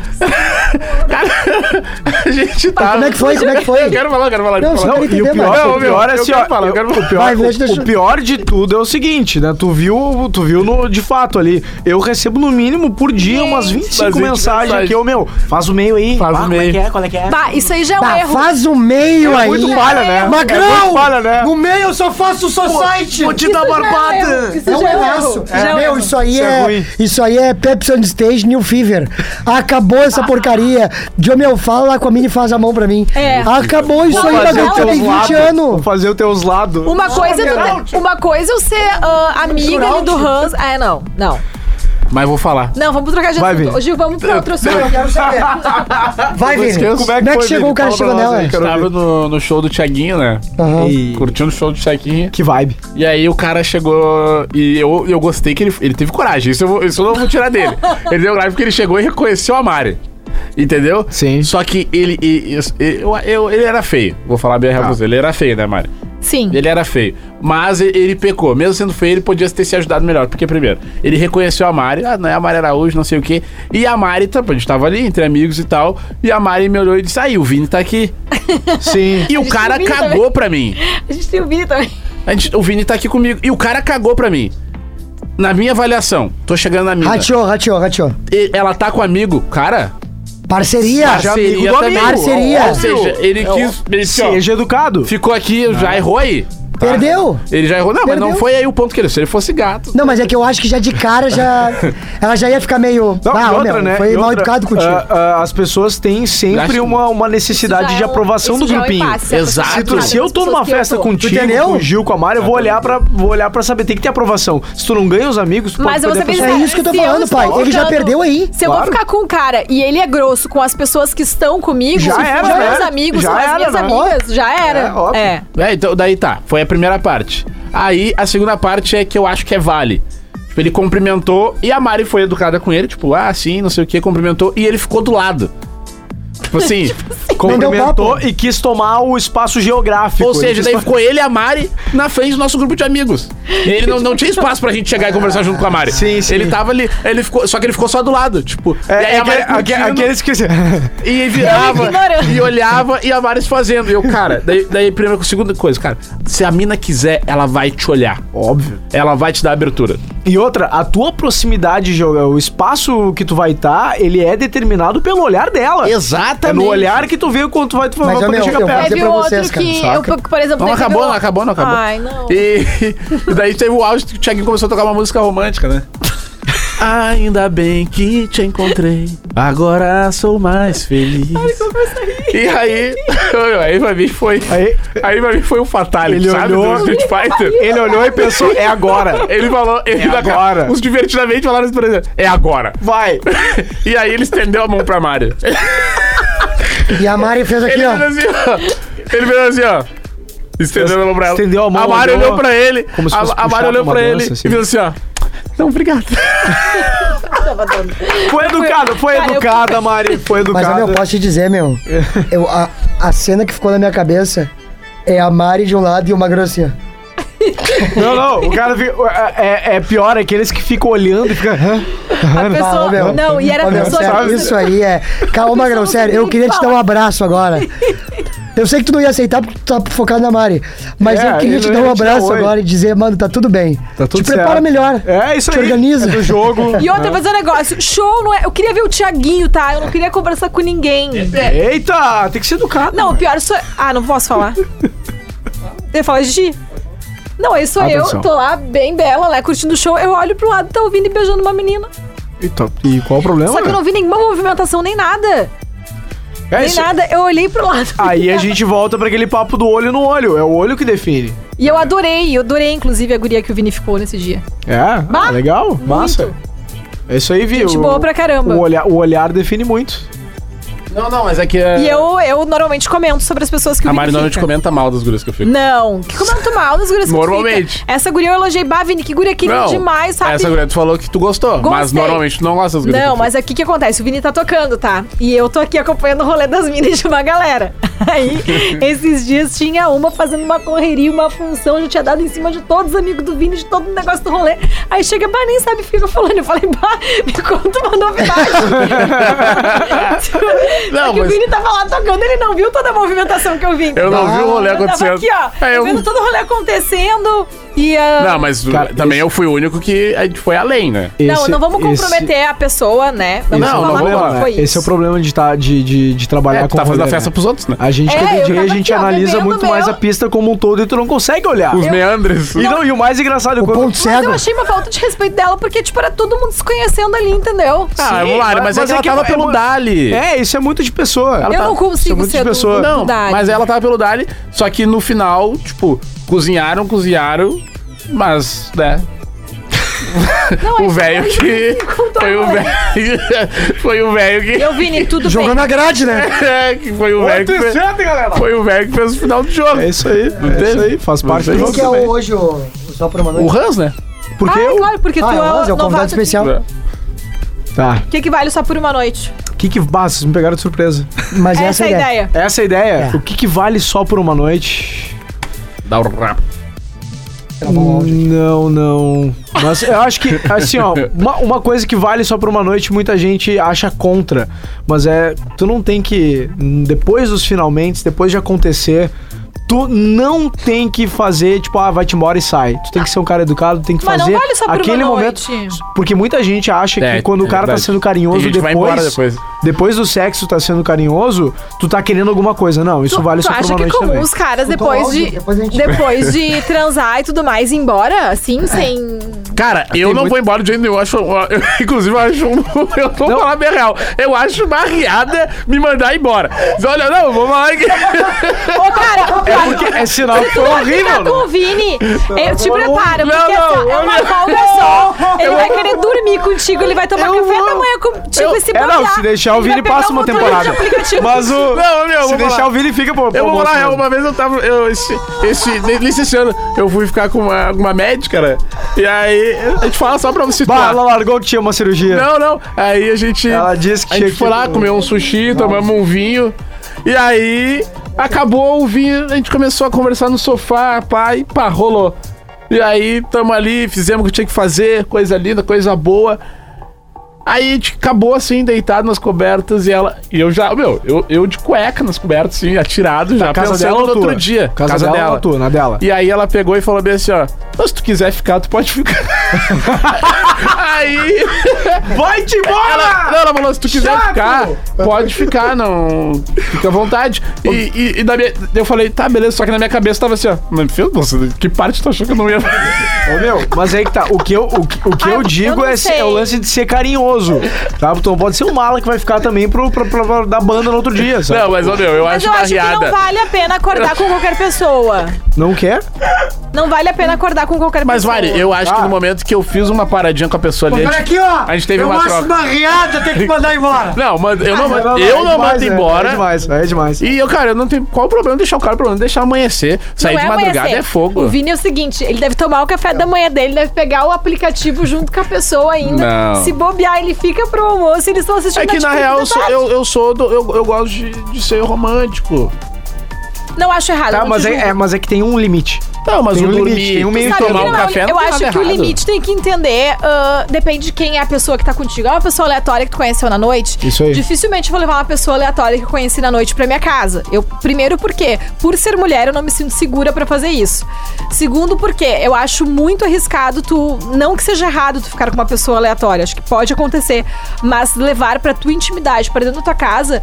Speaker 2: A gente tava.
Speaker 4: Como é que foi? Como é que foi?
Speaker 2: Eu quero falar, eu quero falar. eu
Speaker 4: Não,
Speaker 2: quero
Speaker 4: não,
Speaker 2: falar.
Speaker 4: eu
Speaker 5: E o
Speaker 4: Entendeu,
Speaker 5: pior,
Speaker 2: Marcos?
Speaker 5: o pior
Speaker 2: Eu
Speaker 5: é assim,
Speaker 2: quero
Speaker 5: ó,
Speaker 2: falar, eu quero falar.
Speaker 5: o pior,
Speaker 4: Vai, deixa-
Speaker 5: o
Speaker 4: deixa-
Speaker 5: pior de tudo é o seguinte, né? Tu viu, tu viu no, de fato ali. Eu recebo no mínimo por dia umas 25
Speaker 2: bastante
Speaker 5: mensagens
Speaker 2: mensagem.
Speaker 5: que eu, meu, faz o meio aí.
Speaker 2: Faz o
Speaker 5: Ah, como é
Speaker 2: meio.
Speaker 5: que é? Qual é que é?
Speaker 3: Bah, isso aí já é um
Speaker 4: Bah,
Speaker 3: erro.
Speaker 4: faz o meio aí.
Speaker 5: muito falha, né?
Speaker 4: Magrão!
Speaker 5: É muito falha, né?
Speaker 4: No meio eu só faço o society.
Speaker 5: Vou te dar
Speaker 3: Isso já é um erro.
Speaker 5: barbada.
Speaker 3: Isso
Speaker 4: É um
Speaker 3: já é um
Speaker 4: erraço.
Speaker 3: erro. Já é um
Speaker 4: Meu,
Speaker 3: erro.
Speaker 4: isso aí
Speaker 5: Isso é
Speaker 4: é,
Speaker 5: ruim.
Speaker 4: isso aí é Pepsi on Stage, New Fever. Acabou essa
Speaker 3: Ah.
Speaker 4: porcaria. Joe, meu, fala lá com a Mini e faz a mão pra mim.
Speaker 3: É.
Speaker 4: Acabou isso
Speaker 5: Vou
Speaker 4: aí,
Speaker 3: fazer
Speaker 4: Magrão,
Speaker 3: o
Speaker 4: tu
Speaker 3: teu
Speaker 4: tem 20
Speaker 5: Vou
Speaker 4: anos.
Speaker 5: fazer os teus lados.
Speaker 3: Uma coisa, é tu ter- uma coisa é eu ser ah, amiga ali do Hans. Ah, é, não, não.
Speaker 2: Mas vou falar.
Speaker 3: Não, vamos trocar de
Speaker 5: Vai,
Speaker 3: assunto.
Speaker 5: Vini.
Speaker 3: Ô, Gil, vamos pra outro assunto.
Speaker 4: Vai, Vini.
Speaker 2: esqueço.
Speaker 4: Como é que,
Speaker 5: foi,
Speaker 4: chegou
Speaker 5: Vini?
Speaker 4: o cara
Speaker 5: Fala
Speaker 4: chegou
Speaker 5: pra nós
Speaker 4: nela?
Speaker 5: aí, Quero
Speaker 2: Tava
Speaker 5: ouvir.
Speaker 2: no, no show do Thiaguinho, né?
Speaker 4: Aham.
Speaker 2: Curtindo o show do Thiaguinho.
Speaker 5: Que vibe.
Speaker 2: E aí o cara chegou. E eu, eu gostei que ele, ele teve coragem. Isso eu, vou- isso eu não vou tirar dele. ele deu coragem porque ele chegou e reconheceu a Mari. Entendeu?
Speaker 5: Sim.
Speaker 2: Só que ele. e- e- eu, eu- ele era feio. Vou falar bem a real
Speaker 5: Ah.
Speaker 2: pra você. Ele era feio, né, Mari?
Speaker 3: Sim.
Speaker 2: Ele era feio. Mas e- ele pecou. Mesmo sendo feio, ele podia ter se ajudado melhor. Porque, primeiro, ele reconheceu a Mari. Ah, não é a Mari Araújo, não sei o quê. E a Mari, tá, a gente tava ali entre amigos e tal. E a Mari me olhou e disse: Aí, o Vini tá aqui.
Speaker 5: Sim.
Speaker 2: E o
Speaker 3: gente
Speaker 2: cara
Speaker 3: sumiu
Speaker 2: cagou
Speaker 3: também.
Speaker 2: pra mim.
Speaker 3: A gente tem o Vini também.
Speaker 2: A gente- o Vini tá aqui comigo. E o cara cagou pra mim.
Speaker 5: Ah,
Speaker 2: Na minha avaliação, tô chegando na minha.
Speaker 4: Rateou, rateou, rateou.
Speaker 2: E Ela tá com o amigo. Cara,
Speaker 4: Parceria.
Speaker 2: Parceria
Speaker 5: do
Speaker 2: também.
Speaker 5: amigo. É,
Speaker 4: Parceria.
Speaker 2: Ou seja, ele quis. Ele disse, ó,
Speaker 5: Seja educado.
Speaker 2: ficou aqui, já errou aí. tá?
Speaker 4: Perdeu.
Speaker 2: Ele já errou. Não, mas não
Speaker 4: Perdeu.
Speaker 2: foi aí o ponto que ele. Se ele fosse gato.
Speaker 4: Não, mas é que eu acho que já de cara já. Ela já ia ficar meio.
Speaker 5: Não,
Speaker 4: ah,
Speaker 5: e
Speaker 4: ô,
Speaker 5: outra,
Speaker 4: meu,
Speaker 5: né?
Speaker 4: foi
Speaker 5: e
Speaker 4: mal
Speaker 5: outra,
Speaker 4: educado contigo.
Speaker 5: ah, ah, as pessoas têm
Speaker 2: Acho
Speaker 5: sempre
Speaker 2: que-
Speaker 5: uma, uma necessidade
Speaker 3: é um-
Speaker 5: de aprovação do grupinho.
Speaker 2: Exato.
Speaker 5: Se, tu- se eu tô numa festa contigo,
Speaker 4: Entendeu?
Speaker 5: com o Gil, com a Mari, eu vou olhar, pra, vou olhar pra saber, tem que ter aprovação. Se tu não ganha os amigos, tu
Speaker 3: Mas eu vou
Speaker 5: perder
Speaker 3: ser bem
Speaker 5: a pessoa.
Speaker 3: sincera,
Speaker 4: É isso que eu tô
Speaker 3: se
Speaker 4: falando,
Speaker 3: estou
Speaker 4: pai. Ele já
Speaker 3: ficando-
Speaker 4: perdeu aí.
Speaker 3: Se eu
Speaker 5: Claro.
Speaker 3: vou ficar com um cara e ele é grosso com as pessoas que estão comigo,
Speaker 5: Já
Speaker 3: com os
Speaker 5: era,
Speaker 3: meus
Speaker 5: né?
Speaker 3: amigos,
Speaker 5: Já
Speaker 3: com as
Speaker 5: era,
Speaker 3: minhas
Speaker 5: né?
Speaker 3: amigas, já
Speaker 5: É,
Speaker 3: era.
Speaker 5: óbvio.
Speaker 3: É.
Speaker 2: É, então daí tá. Foi a primeira parte. Aí a segunda parte é que eu acho que é vale. Tipo, ele cumprimentou e a Mari foi educada com ele, tipo, ah, sim, não sei o que, cumprimentou, e ele ficou do lado. Tipo assim.
Speaker 5: Cumprimentou e quis tomar o espaço geográfico.
Speaker 2: Ou seja,
Speaker 5: Ele
Speaker 2: daí
Speaker 5: quis
Speaker 2: ficou ele e a Mari na frente do nosso grupo de amigos. E ele não, não tinha espaço pra gente chegar e conversar junto com a Mari.
Speaker 5: Sim, sim.
Speaker 2: Ele tava ali, ele ficou, só que ele ficou só do lado, tipo.
Speaker 5: É,
Speaker 2: e aí
Speaker 5: é
Speaker 2: a Mari
Speaker 5: aquele- aque-
Speaker 2: curtindo.
Speaker 5: aqueles que.
Speaker 2: E virava,
Speaker 3: ignorando.
Speaker 2: e olhava, e a Mari se fazendo. E eu, cara, daí, daí primeiro, segunda coisa, cara, se a mina quiser, ela vai te olhar.
Speaker 5: Óbvio.
Speaker 2: Ela vai te dar abertura.
Speaker 5: E outra, a tua proximidade, Gil, o espaço que tu vai estar, ele é determinado pelo olhar dela. É
Speaker 2: Exatamente.
Speaker 5: no olhar que tu vê quando tu vai, tu vai
Speaker 4: Mas, ô,
Speaker 5: poder
Speaker 4: meu,
Speaker 5: chegar
Speaker 4: eu-
Speaker 5: perto.
Speaker 4: dizer
Speaker 3: Teve
Speaker 4: pra
Speaker 3: outro
Speaker 4: vocês, cara,
Speaker 3: que
Speaker 4: saca?
Speaker 3: eu, por exemplo,
Speaker 2: Não,
Speaker 3: teve
Speaker 2: acabou,
Speaker 3: um-
Speaker 2: não acabou, não acabou.
Speaker 3: Ai, não.
Speaker 2: E, e daí teve o auge que o Thiaguinho começou a tocar uma música romântica, né? Ainda bem que te encontrei, agora sou mais feliz. E aí, aí pra mim foi.
Speaker 5: Aí,
Speaker 2: Aí pra mim foi um fatality,
Speaker 5: Ele
Speaker 2: sabe?
Speaker 5: olhou-
Speaker 2: do Street Fighter.
Speaker 5: ele olhou e pensou, é agora.
Speaker 2: Ele falou, ele
Speaker 5: É
Speaker 2: na-
Speaker 5: agora.
Speaker 2: Os divertidamente falaram isso pra ele. É agora.
Speaker 5: Vai.
Speaker 2: E aí ele estendeu a mão pra Mari.
Speaker 4: E a Mari fez aqui,
Speaker 2: Ele
Speaker 4: ó.
Speaker 2: fez assim, ó. Ele fez assim, ó. Estendeu a mão pra ela.
Speaker 5: Estendeu a mão,
Speaker 2: A Mari
Speaker 5: olhou,
Speaker 2: olhou pra ele.
Speaker 5: como se
Speaker 2: a,
Speaker 5: fosse
Speaker 2: a Mari
Speaker 5: puxar
Speaker 2: olhou
Speaker 5: pra
Speaker 2: pra
Speaker 5: uma
Speaker 2: ele
Speaker 5: dança, assim.
Speaker 2: e fez assim, ó. Não, obrigado.
Speaker 5: Foi educada, foi
Speaker 3: Cara, eu-
Speaker 5: educada, Mari. Foi
Speaker 4: Mas, ô,
Speaker 5: educada.
Speaker 4: meu, posso te dizer, meu. Eu, a, a cena que ficou na minha cabeça é a Mari de um lado e o Magro assim, ó.
Speaker 5: Não, não, o cara fica, é, é pior, é aqueles que ficam olhando e ficam. "Hã?"
Speaker 3: A pessoa.
Speaker 4: ô, meu.
Speaker 3: não, e era
Speaker 4: Ô,
Speaker 3: a
Speaker 4: meu,
Speaker 3: pessoa
Speaker 4: sério,
Speaker 3: que.
Speaker 4: Isso aí é. Calma, Magrão,
Speaker 3: não
Speaker 4: sério, eu
Speaker 3: conseguia
Speaker 4: queria te dar um
Speaker 3: falar.
Speaker 4: abraço agora. Eu sei que tu não ia aceitar porque tu tá focado na Mari. Mas
Speaker 5: É,
Speaker 4: eu queria
Speaker 5: ele
Speaker 4: te
Speaker 5: não
Speaker 4: dar um
Speaker 5: ia te dar
Speaker 4: abraço
Speaker 5: oi.
Speaker 4: agora e dizer, mano, tá tudo bem.
Speaker 5: Tá tudo
Speaker 4: te prepara
Speaker 5: certo.
Speaker 4: melhor.
Speaker 5: É isso
Speaker 4: Te
Speaker 5: aí.
Speaker 4: organiza.
Speaker 5: É do jogo.
Speaker 3: E outra vez um negócio, show não é. Eu queria ver o Tiaguinho, tá? Eu não queria conversar com ninguém.
Speaker 5: Eita, tem que ser educado.
Speaker 3: Não, o pior sou. Ah, não posso falar. Ele fala, Gi. Não, aí sou
Speaker 5: Atenção.
Speaker 3: eu, tô lá bem bela, né, curtindo o show. Eu olho pro lado, tá ouvindo e beijando uma menina.
Speaker 5: Eita, e qual o problema?
Speaker 3: Só que eu não vi nenhuma movimentação, nem nada.
Speaker 5: É
Speaker 3: nem
Speaker 5: isso.
Speaker 3: nada. Eu olhei pro lado.
Speaker 5: Aí a gente volta pra aquele papo do olho no olho. É o olho que define.
Speaker 3: E eu adorei, eu adorei, inclusive, a guria que o Vini ficou nesse dia.
Speaker 5: É,
Speaker 3: Bah,
Speaker 5: ah, legal, massa. É isso aí, viu?
Speaker 3: Gente boa pra caramba.
Speaker 5: O olhar, o olhar define muito.
Speaker 2: Não, não, mas é que.
Speaker 3: E eu, eu normalmente comento sobre as pessoas que o
Speaker 2: A
Speaker 3: Vini
Speaker 2: Mari normalmente
Speaker 3: fica.
Speaker 2: comenta mal das gurias que eu fico.
Speaker 3: Não, que comento mal das gurias que tu
Speaker 2: Normalmente.
Speaker 3: fica. Essa guria eu elogiei, bah, Vini, que guria querida demais, sabe?
Speaker 2: Essa guria tu falou que tu gostou, mas
Speaker 3: Gostei.
Speaker 2: normalmente tu não gosta das gurias. que
Speaker 3: Não,
Speaker 2: eu fico.
Speaker 3: mas aqui que acontece? O Vini tá tocando, tá? E eu tô aqui acompanhando o rolê das minas de uma galera. Aí, esses dias tinha uma fazendo uma correria, uma função, já tinha dado em cima de todos os amigos do Vini, de todo o negócio do rolê. Aí chega, bah, nem sabe o que fica falando. Eu falei, bah, me conta uma novidade.
Speaker 2: Não,
Speaker 3: Não, É que
Speaker 2: mas-
Speaker 3: o Vini tava lá tocando, ele não viu toda a movimentação que eu vi.
Speaker 2: Eu não vi o rolê
Speaker 3: Eu tava
Speaker 2: acontecendo.
Speaker 3: aqui, ó, Tá
Speaker 2: É, eu-
Speaker 3: vendo todo o rolê acontecendo e... ah,
Speaker 2: Não, mas
Speaker 5: Cara,
Speaker 2: também
Speaker 5: esse-
Speaker 2: eu fui o único que a gente foi além, né?
Speaker 3: não,
Speaker 5: Esse-
Speaker 3: não vamos
Speaker 5: esse-
Speaker 3: comprometer a pessoa, né? Vamos
Speaker 2: Não,
Speaker 5: esse é o
Speaker 3: falar
Speaker 2: não
Speaker 5: problema,
Speaker 2: vamos,
Speaker 3: como
Speaker 5: né?
Speaker 3: foi isso.
Speaker 5: Esse é o problema de, tá, de, de, de trabalhar
Speaker 2: É, tu
Speaker 5: com
Speaker 2: tá
Speaker 5: rolê,
Speaker 2: fazendo a festa
Speaker 5: né?
Speaker 2: pros outros, né?
Speaker 5: A gente
Speaker 3: É,
Speaker 5: que é
Speaker 3: eu
Speaker 5: DJ, a
Speaker 3: tava
Speaker 5: gente
Speaker 3: aqui, ó,
Speaker 5: analisa
Speaker 3: bebendo
Speaker 5: muito mais a
Speaker 3: meu.
Speaker 5: pista como um todo e tu não consegue olhar.
Speaker 2: Os meandres.
Speaker 5: E não, e o mais engraçado
Speaker 4: O
Speaker 5: quando...
Speaker 4: ponto
Speaker 3: Mas eu
Speaker 4: cego.
Speaker 3: achei uma falta de respeito dela, porque, tipo, era todo mundo se conhecendo ali, entendeu?
Speaker 2: Ah,
Speaker 5: Sim,
Speaker 2: vamos lá, mas,
Speaker 5: mas
Speaker 2: é que ela tava
Speaker 5: é
Speaker 2: pelo
Speaker 5: mu-
Speaker 2: Dali.
Speaker 5: É, isso é muito de pessoa.
Speaker 3: eu não
Speaker 5: isso é
Speaker 3: consigo
Speaker 5: muito
Speaker 3: ser
Speaker 5: de
Speaker 3: do-
Speaker 5: pessoa.
Speaker 3: do
Speaker 2: Não,
Speaker 3: Dali.
Speaker 2: Então, mas ela tava pelo Dali, só que no final, tipo, cozinharam, cozinharam, mas, né,
Speaker 3: Não,
Speaker 2: o
Speaker 3: aí-
Speaker 2: velho que... Foi o velho Foi o velho que...
Speaker 3: Eu, Vini, tudo
Speaker 4: Jogando
Speaker 3: bem.
Speaker 4: a grade, né?
Speaker 2: É, que foi o velho que... fez-
Speaker 5: galera!
Speaker 2: Foi o velho que fez o final do jogo.
Speaker 5: É isso aí, é
Speaker 2: teve?
Speaker 5: isso aí, faz parte do
Speaker 2: teve?
Speaker 5: jogo
Speaker 4: Quem que é
Speaker 5: também.
Speaker 4: o, hoje o, o Só Por Uma
Speaker 2: O
Speaker 4: Noite?
Speaker 2: Hans, né?
Speaker 5: Porque
Speaker 3: Ah, é
Speaker 5: eu... um
Speaker 3: claro, porque
Speaker 4: Ah,
Speaker 3: tu
Speaker 4: é o Hans, é
Speaker 3: é
Speaker 4: o convidado
Speaker 3: novato.
Speaker 4: especial.
Speaker 5: Tá,
Speaker 3: O que, que vale só por uma noite?
Speaker 5: o que que... Ah, vocês me pegaram de surpresa.
Speaker 4: Mas
Speaker 3: Essa
Speaker 4: essa
Speaker 3: é a ideia.
Speaker 5: Essa é a ideia?
Speaker 4: É.
Speaker 5: O que que vale só por uma noite?
Speaker 2: Dá o rap.
Speaker 5: Não, não. Mas eu acho que, assim, ó, uma, uma coisa que vale só por uma noite, muita gente acha contra. Mas é, tu não tem que. Depois dos finalmente, depois de acontecer, tu não tem que fazer, tipo, ah, vai-te embora e sai. Tu tem que ser um cara educado, tem que
Speaker 3: Mas não
Speaker 5: fazer
Speaker 3: vale só por uma
Speaker 5: aquele
Speaker 3: noite.
Speaker 5: momento. Porque muita gente acha
Speaker 2: É,
Speaker 5: que quando
Speaker 2: é
Speaker 5: o cara tá
Speaker 2: verdade.
Speaker 5: sendo carinhoso
Speaker 2: Tem gente que vai
Speaker 5: depois,
Speaker 2: embora depois.
Speaker 5: depois do sexo tá sendo carinhoso, tu tá querendo alguma coisa. Não, isso
Speaker 3: Tu,
Speaker 5: vale
Speaker 3: tu
Speaker 5: só por
Speaker 3: acha
Speaker 5: uma
Speaker 3: que é
Speaker 5: noite
Speaker 3: comum
Speaker 5: também.
Speaker 3: os caras
Speaker 4: Escuta o
Speaker 3: depois
Speaker 4: áudio,
Speaker 3: de,
Speaker 4: depois a gente-
Speaker 3: depois de transar e tudo mais ir embora, assim, sem.
Speaker 2: Cara, eu não
Speaker 5: muito-
Speaker 2: vou embora de jeito nenhum. Eu acho, eu, inclusive, eu acho. um- Eu vou falar bem real. Eu acho uma riada me mandar embora. Diz, Olha, não, vou falar aqui.
Speaker 3: Ô, cara,
Speaker 5: É porque é sinal que
Speaker 3: tu
Speaker 5: tô
Speaker 3: vai ficar
Speaker 5: horrível.
Speaker 3: tá com
Speaker 5: né?
Speaker 3: o Vini, eu te
Speaker 5: não,
Speaker 3: prepara,
Speaker 2: não,
Speaker 3: porque assim, ó,
Speaker 2: não,
Speaker 3: é uma folga só. Ele vai querer dormir contigo, ele vai tomar
Speaker 5: Eu
Speaker 3: café
Speaker 5: vou.
Speaker 3: da manhã contigo e se
Speaker 5: É, não, se deixar o
Speaker 3: ele vai
Speaker 5: Vini
Speaker 3: pegar
Speaker 5: passa
Speaker 3: o
Speaker 5: uma
Speaker 3: controle de
Speaker 5: temporada.
Speaker 3: aplicativo
Speaker 5: Mas o.
Speaker 2: Não, meu, eu
Speaker 5: se
Speaker 2: vou
Speaker 5: deixar
Speaker 2: falar.
Speaker 5: o Vini fica, pô.
Speaker 2: Eu vou é falar real. Uma vez eu tava. Eu, esse, esse, nesse esse ano, eu fui ficar com uma, uma médica, né? E aí. A gente fala só pra você
Speaker 5: Bah, ela largou que tinha uma cirurgia.
Speaker 2: Não, não. Aí a gente.
Speaker 5: Ela disse que
Speaker 2: A gente
Speaker 5: tinha que-
Speaker 2: foi lá, comeu um sushi, tomamos um vinho. E aí. Acabou o vinho, a gente começou a conversar no sofá, pai, pá, rolou. E aí, tamo ali, fizemos o que tinha que fazer, coisa linda, coisa boa. Aí a gente acabou assim, deitado nas cobertas e ela. E eu já, meu, eu, eu de cueca nas cobertas, assim, atirado já,
Speaker 5: casa
Speaker 2: pensando
Speaker 5: dela ou
Speaker 2: no outro
Speaker 5: tua?
Speaker 2: dia.
Speaker 5: Casa dela ou tua? Na dela.
Speaker 2: E aí ela pegou e falou bem assim, ó. "Não, Se tu quiser ficar, tu pode ficar. aí.
Speaker 5: Vai-te embora!
Speaker 2: Ela, não, ela falou, se tu quiser
Speaker 5: Chato!
Speaker 2: ficar, pode ficar, não. Fica à vontade. E, e, e da minha- eu falei, tá, beleza, só que na minha cabeça tava assim, ó. Mas, meu Deus, que parte tu achou que eu não ia.
Speaker 5: Ô, meu, mas aí que tá. O que eu, o, que- o que
Speaker 3: Ah,
Speaker 5: eu
Speaker 3: eu
Speaker 5: digo
Speaker 3: não
Speaker 5: é, ser- é o
Speaker 3: sei.
Speaker 5: lance de ser carinhoso. Tá? Então pode ser um mala que vai ficar também pro, pro, pro- pra dar banda no outro dia, sabe?
Speaker 2: Não, mas, ó, meu, eu
Speaker 3: Mas
Speaker 2: acho
Speaker 3: eu
Speaker 2: uma
Speaker 3: acho que
Speaker 2: riada.
Speaker 3: não vale a pena acordar com qualquer pessoa.
Speaker 5: Não quer?
Speaker 3: Não vale a pena acordar com qualquer
Speaker 2: Mas,
Speaker 3: pessoa.
Speaker 2: Mari, eu acho que no momento que eu fiz uma paradinha com a pessoa ali. a
Speaker 6: Olha
Speaker 2: gente-
Speaker 6: aqui, ó.
Speaker 2: A gente teve
Speaker 6: eu
Speaker 2: uma
Speaker 6: acho
Speaker 2: troca.
Speaker 6: uma riada, tem que mandar embora.
Speaker 2: Não, mano, eu Ah, não, mando-
Speaker 5: é
Speaker 2: eu não
Speaker 5: demais,
Speaker 2: mando
Speaker 5: né?
Speaker 2: embora.
Speaker 5: É demais, é demais.
Speaker 2: E eu, cara, eu não tenho. Qual o problema de deixar o cara? O problema é deixar amanhecer.
Speaker 3: Não
Speaker 2: Sair de
Speaker 3: é
Speaker 2: madrugada
Speaker 3: amanhecer.
Speaker 2: é fogo.
Speaker 3: O Vini é o seguinte, ele deve tomar o café da manhã dele, deve pegar o aplicativo junto com a pessoa ainda.
Speaker 2: Não.
Speaker 3: Se bobear, ele fica pro almoço e eles estão assistindo
Speaker 2: É que na
Speaker 3: Netflix
Speaker 2: real
Speaker 3: da
Speaker 2: eu sou,
Speaker 3: tarde.
Speaker 2: eu, eu sou do- eu, eu gosto de, de ser romântico.
Speaker 3: Não acho errado.
Speaker 5: Tá,
Speaker 3: não
Speaker 5: mas
Speaker 3: te
Speaker 5: é,
Speaker 3: julgo.
Speaker 5: é- mas é que tem um limite.
Speaker 2: Não, mas
Speaker 5: Tem
Speaker 2: o
Speaker 5: um
Speaker 2: dormir,
Speaker 5: limite, tem um meio
Speaker 2: tu
Speaker 5: que
Speaker 3: Sabe
Speaker 2: tomar
Speaker 3: que
Speaker 2: um
Speaker 3: não é-
Speaker 2: café
Speaker 3: eu
Speaker 2: não tem
Speaker 3: acho
Speaker 2: nada
Speaker 3: que o
Speaker 2: errado.
Speaker 3: limite tem que entender. ah, depende de quem é a pessoa que tá contigo. É uma pessoa aleatória que tu conheceu na noite?
Speaker 5: Isso aí.
Speaker 3: Dificilmente eu vou levar uma pessoa aleatória que eu conheci na noite pra minha casa. Eu, primeiro, por quê? Por ser mulher, eu não me sinto segura pra fazer isso. Segundo, porque eu acho muito arriscado tu. Não que seja errado tu ficar com uma pessoa aleatória. Acho que pode acontecer. Mas levar pra tua intimidade, pra dentro da tua casa,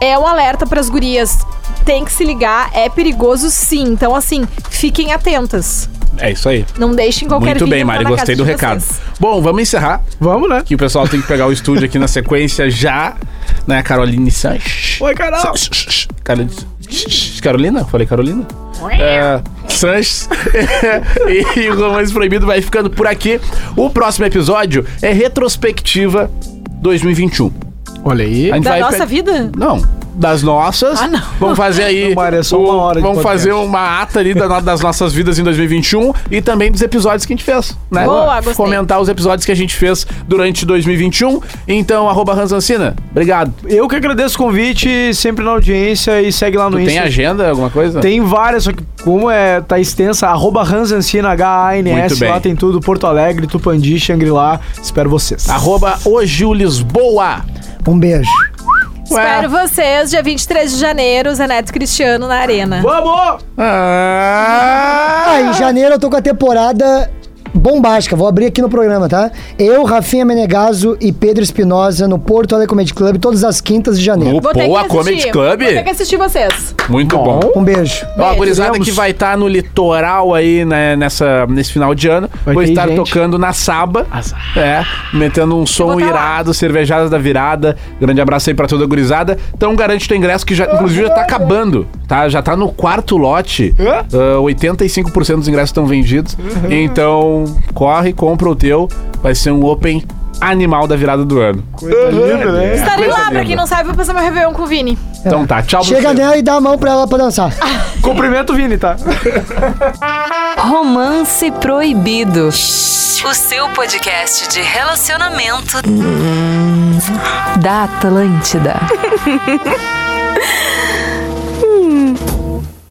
Speaker 3: é um alerta pras gurias. Tem que se ligar, é perigoso sim. Então, assim, fiquem atentas.
Speaker 2: É isso aí.
Speaker 3: Não deixem qualquer
Speaker 2: Muito
Speaker 3: vinho
Speaker 2: bem,
Speaker 3: entrar
Speaker 2: Mari,
Speaker 3: na casa
Speaker 2: gostei do
Speaker 3: de
Speaker 2: recado.
Speaker 3: vocês.
Speaker 2: Bom, vamos encerrar,
Speaker 5: Vamos, né?
Speaker 2: que o pessoal tem que pegar o estúdio aqui na sequência já, né, Caroline Sanches.
Speaker 5: Oi, Carol.
Speaker 2: Carol- Carolina? Falei Carolina? É, Sanches e o Romance Proibido vai ficando por aqui. O próximo episódio é retrospectiva 2021.
Speaker 5: Olha aí.
Speaker 2: A gente
Speaker 3: Da
Speaker 2: vai
Speaker 3: nossa
Speaker 2: pe-
Speaker 3: vida?
Speaker 2: Não, das nossas.
Speaker 3: Ah, não.
Speaker 2: Vamos fazer aí.
Speaker 5: Não, Mário, é só uma
Speaker 2: o-
Speaker 5: hora de
Speaker 2: Vamos
Speaker 5: podcast.
Speaker 2: fazer uma ata ali da no- das nossas vidas em 2021 e também dos episódios que a gente fez, né?
Speaker 3: Boa, gostei.
Speaker 2: Comentar os episódios que a gente fez durante 2021. Então, arroba Ransancina, obrigado.
Speaker 5: Eu que agradeço o convite, sempre na audiência e segue lá
Speaker 2: Tu
Speaker 5: no
Speaker 2: tem
Speaker 5: Insta.
Speaker 2: agenda, alguma coisa?
Speaker 5: Tem várias, só que como é, tá extensa, arroba Ransancina,
Speaker 2: Muito
Speaker 5: H-A-N-S,
Speaker 2: bem.
Speaker 5: lá tem tudo, Porto Alegre, Tupandi, Xangri-Lá, espero vocês.
Speaker 2: Arroba o Gil Lisboa.
Speaker 4: Um beijo.
Speaker 3: Espero vocês, dia 23 de janeiro, Zé Neto Cristiano na Arena.
Speaker 5: Vamos!
Speaker 4: Ah, em janeiro eu tô com a temporada bombástica. Vou abrir aqui no programa, tá? Eu, Rafinha Menegaso e Pedro Espinosa no Porto Alegre Comedy Club todas as quintas de janeiro.
Speaker 2: No Ah, Poa Comedy Club?
Speaker 3: Vou ter que assistir vocês.
Speaker 2: Muito bom.
Speaker 4: Um beijo.
Speaker 2: Ó, a
Speaker 3: Beijo.
Speaker 2: gurizada
Speaker 5: Vemos.
Speaker 2: que vai estar no litoral aí, né, nessa, nesse final de ano.
Speaker 5: Vai
Speaker 2: vou
Speaker 5: ter
Speaker 2: estar
Speaker 5: gente.
Speaker 2: tocando na Saba. É, metendo um som
Speaker 3: vou tá lá.
Speaker 2: irado, cervejadas da virada. Grande abraço aí pra toda a gurizada. Então garante teu ingresso que já, inclusive, já tá acabando, tá? Já tá no quarto lote. Ah, 85% dos ingressos estão vendidos.
Speaker 5: Uhum.
Speaker 2: Então, corre, compra o teu. Vai ser um open animal da virada do ano.
Speaker 5: Coisa linda, né?
Speaker 3: Estarei
Speaker 2: É, coisa
Speaker 3: lá, pra quem
Speaker 2: linda.
Speaker 3: não sabe, vou passar meu Réveillon com o Vini.
Speaker 2: Então tá, tchau.
Speaker 4: Chega
Speaker 2: Bruno.
Speaker 4: nela e dá a mão pra ela pra dançar.
Speaker 5: Cumprimento o Vini, tá?
Speaker 1: Romance Proibido. O seu podcast de relacionamento da Atlântida.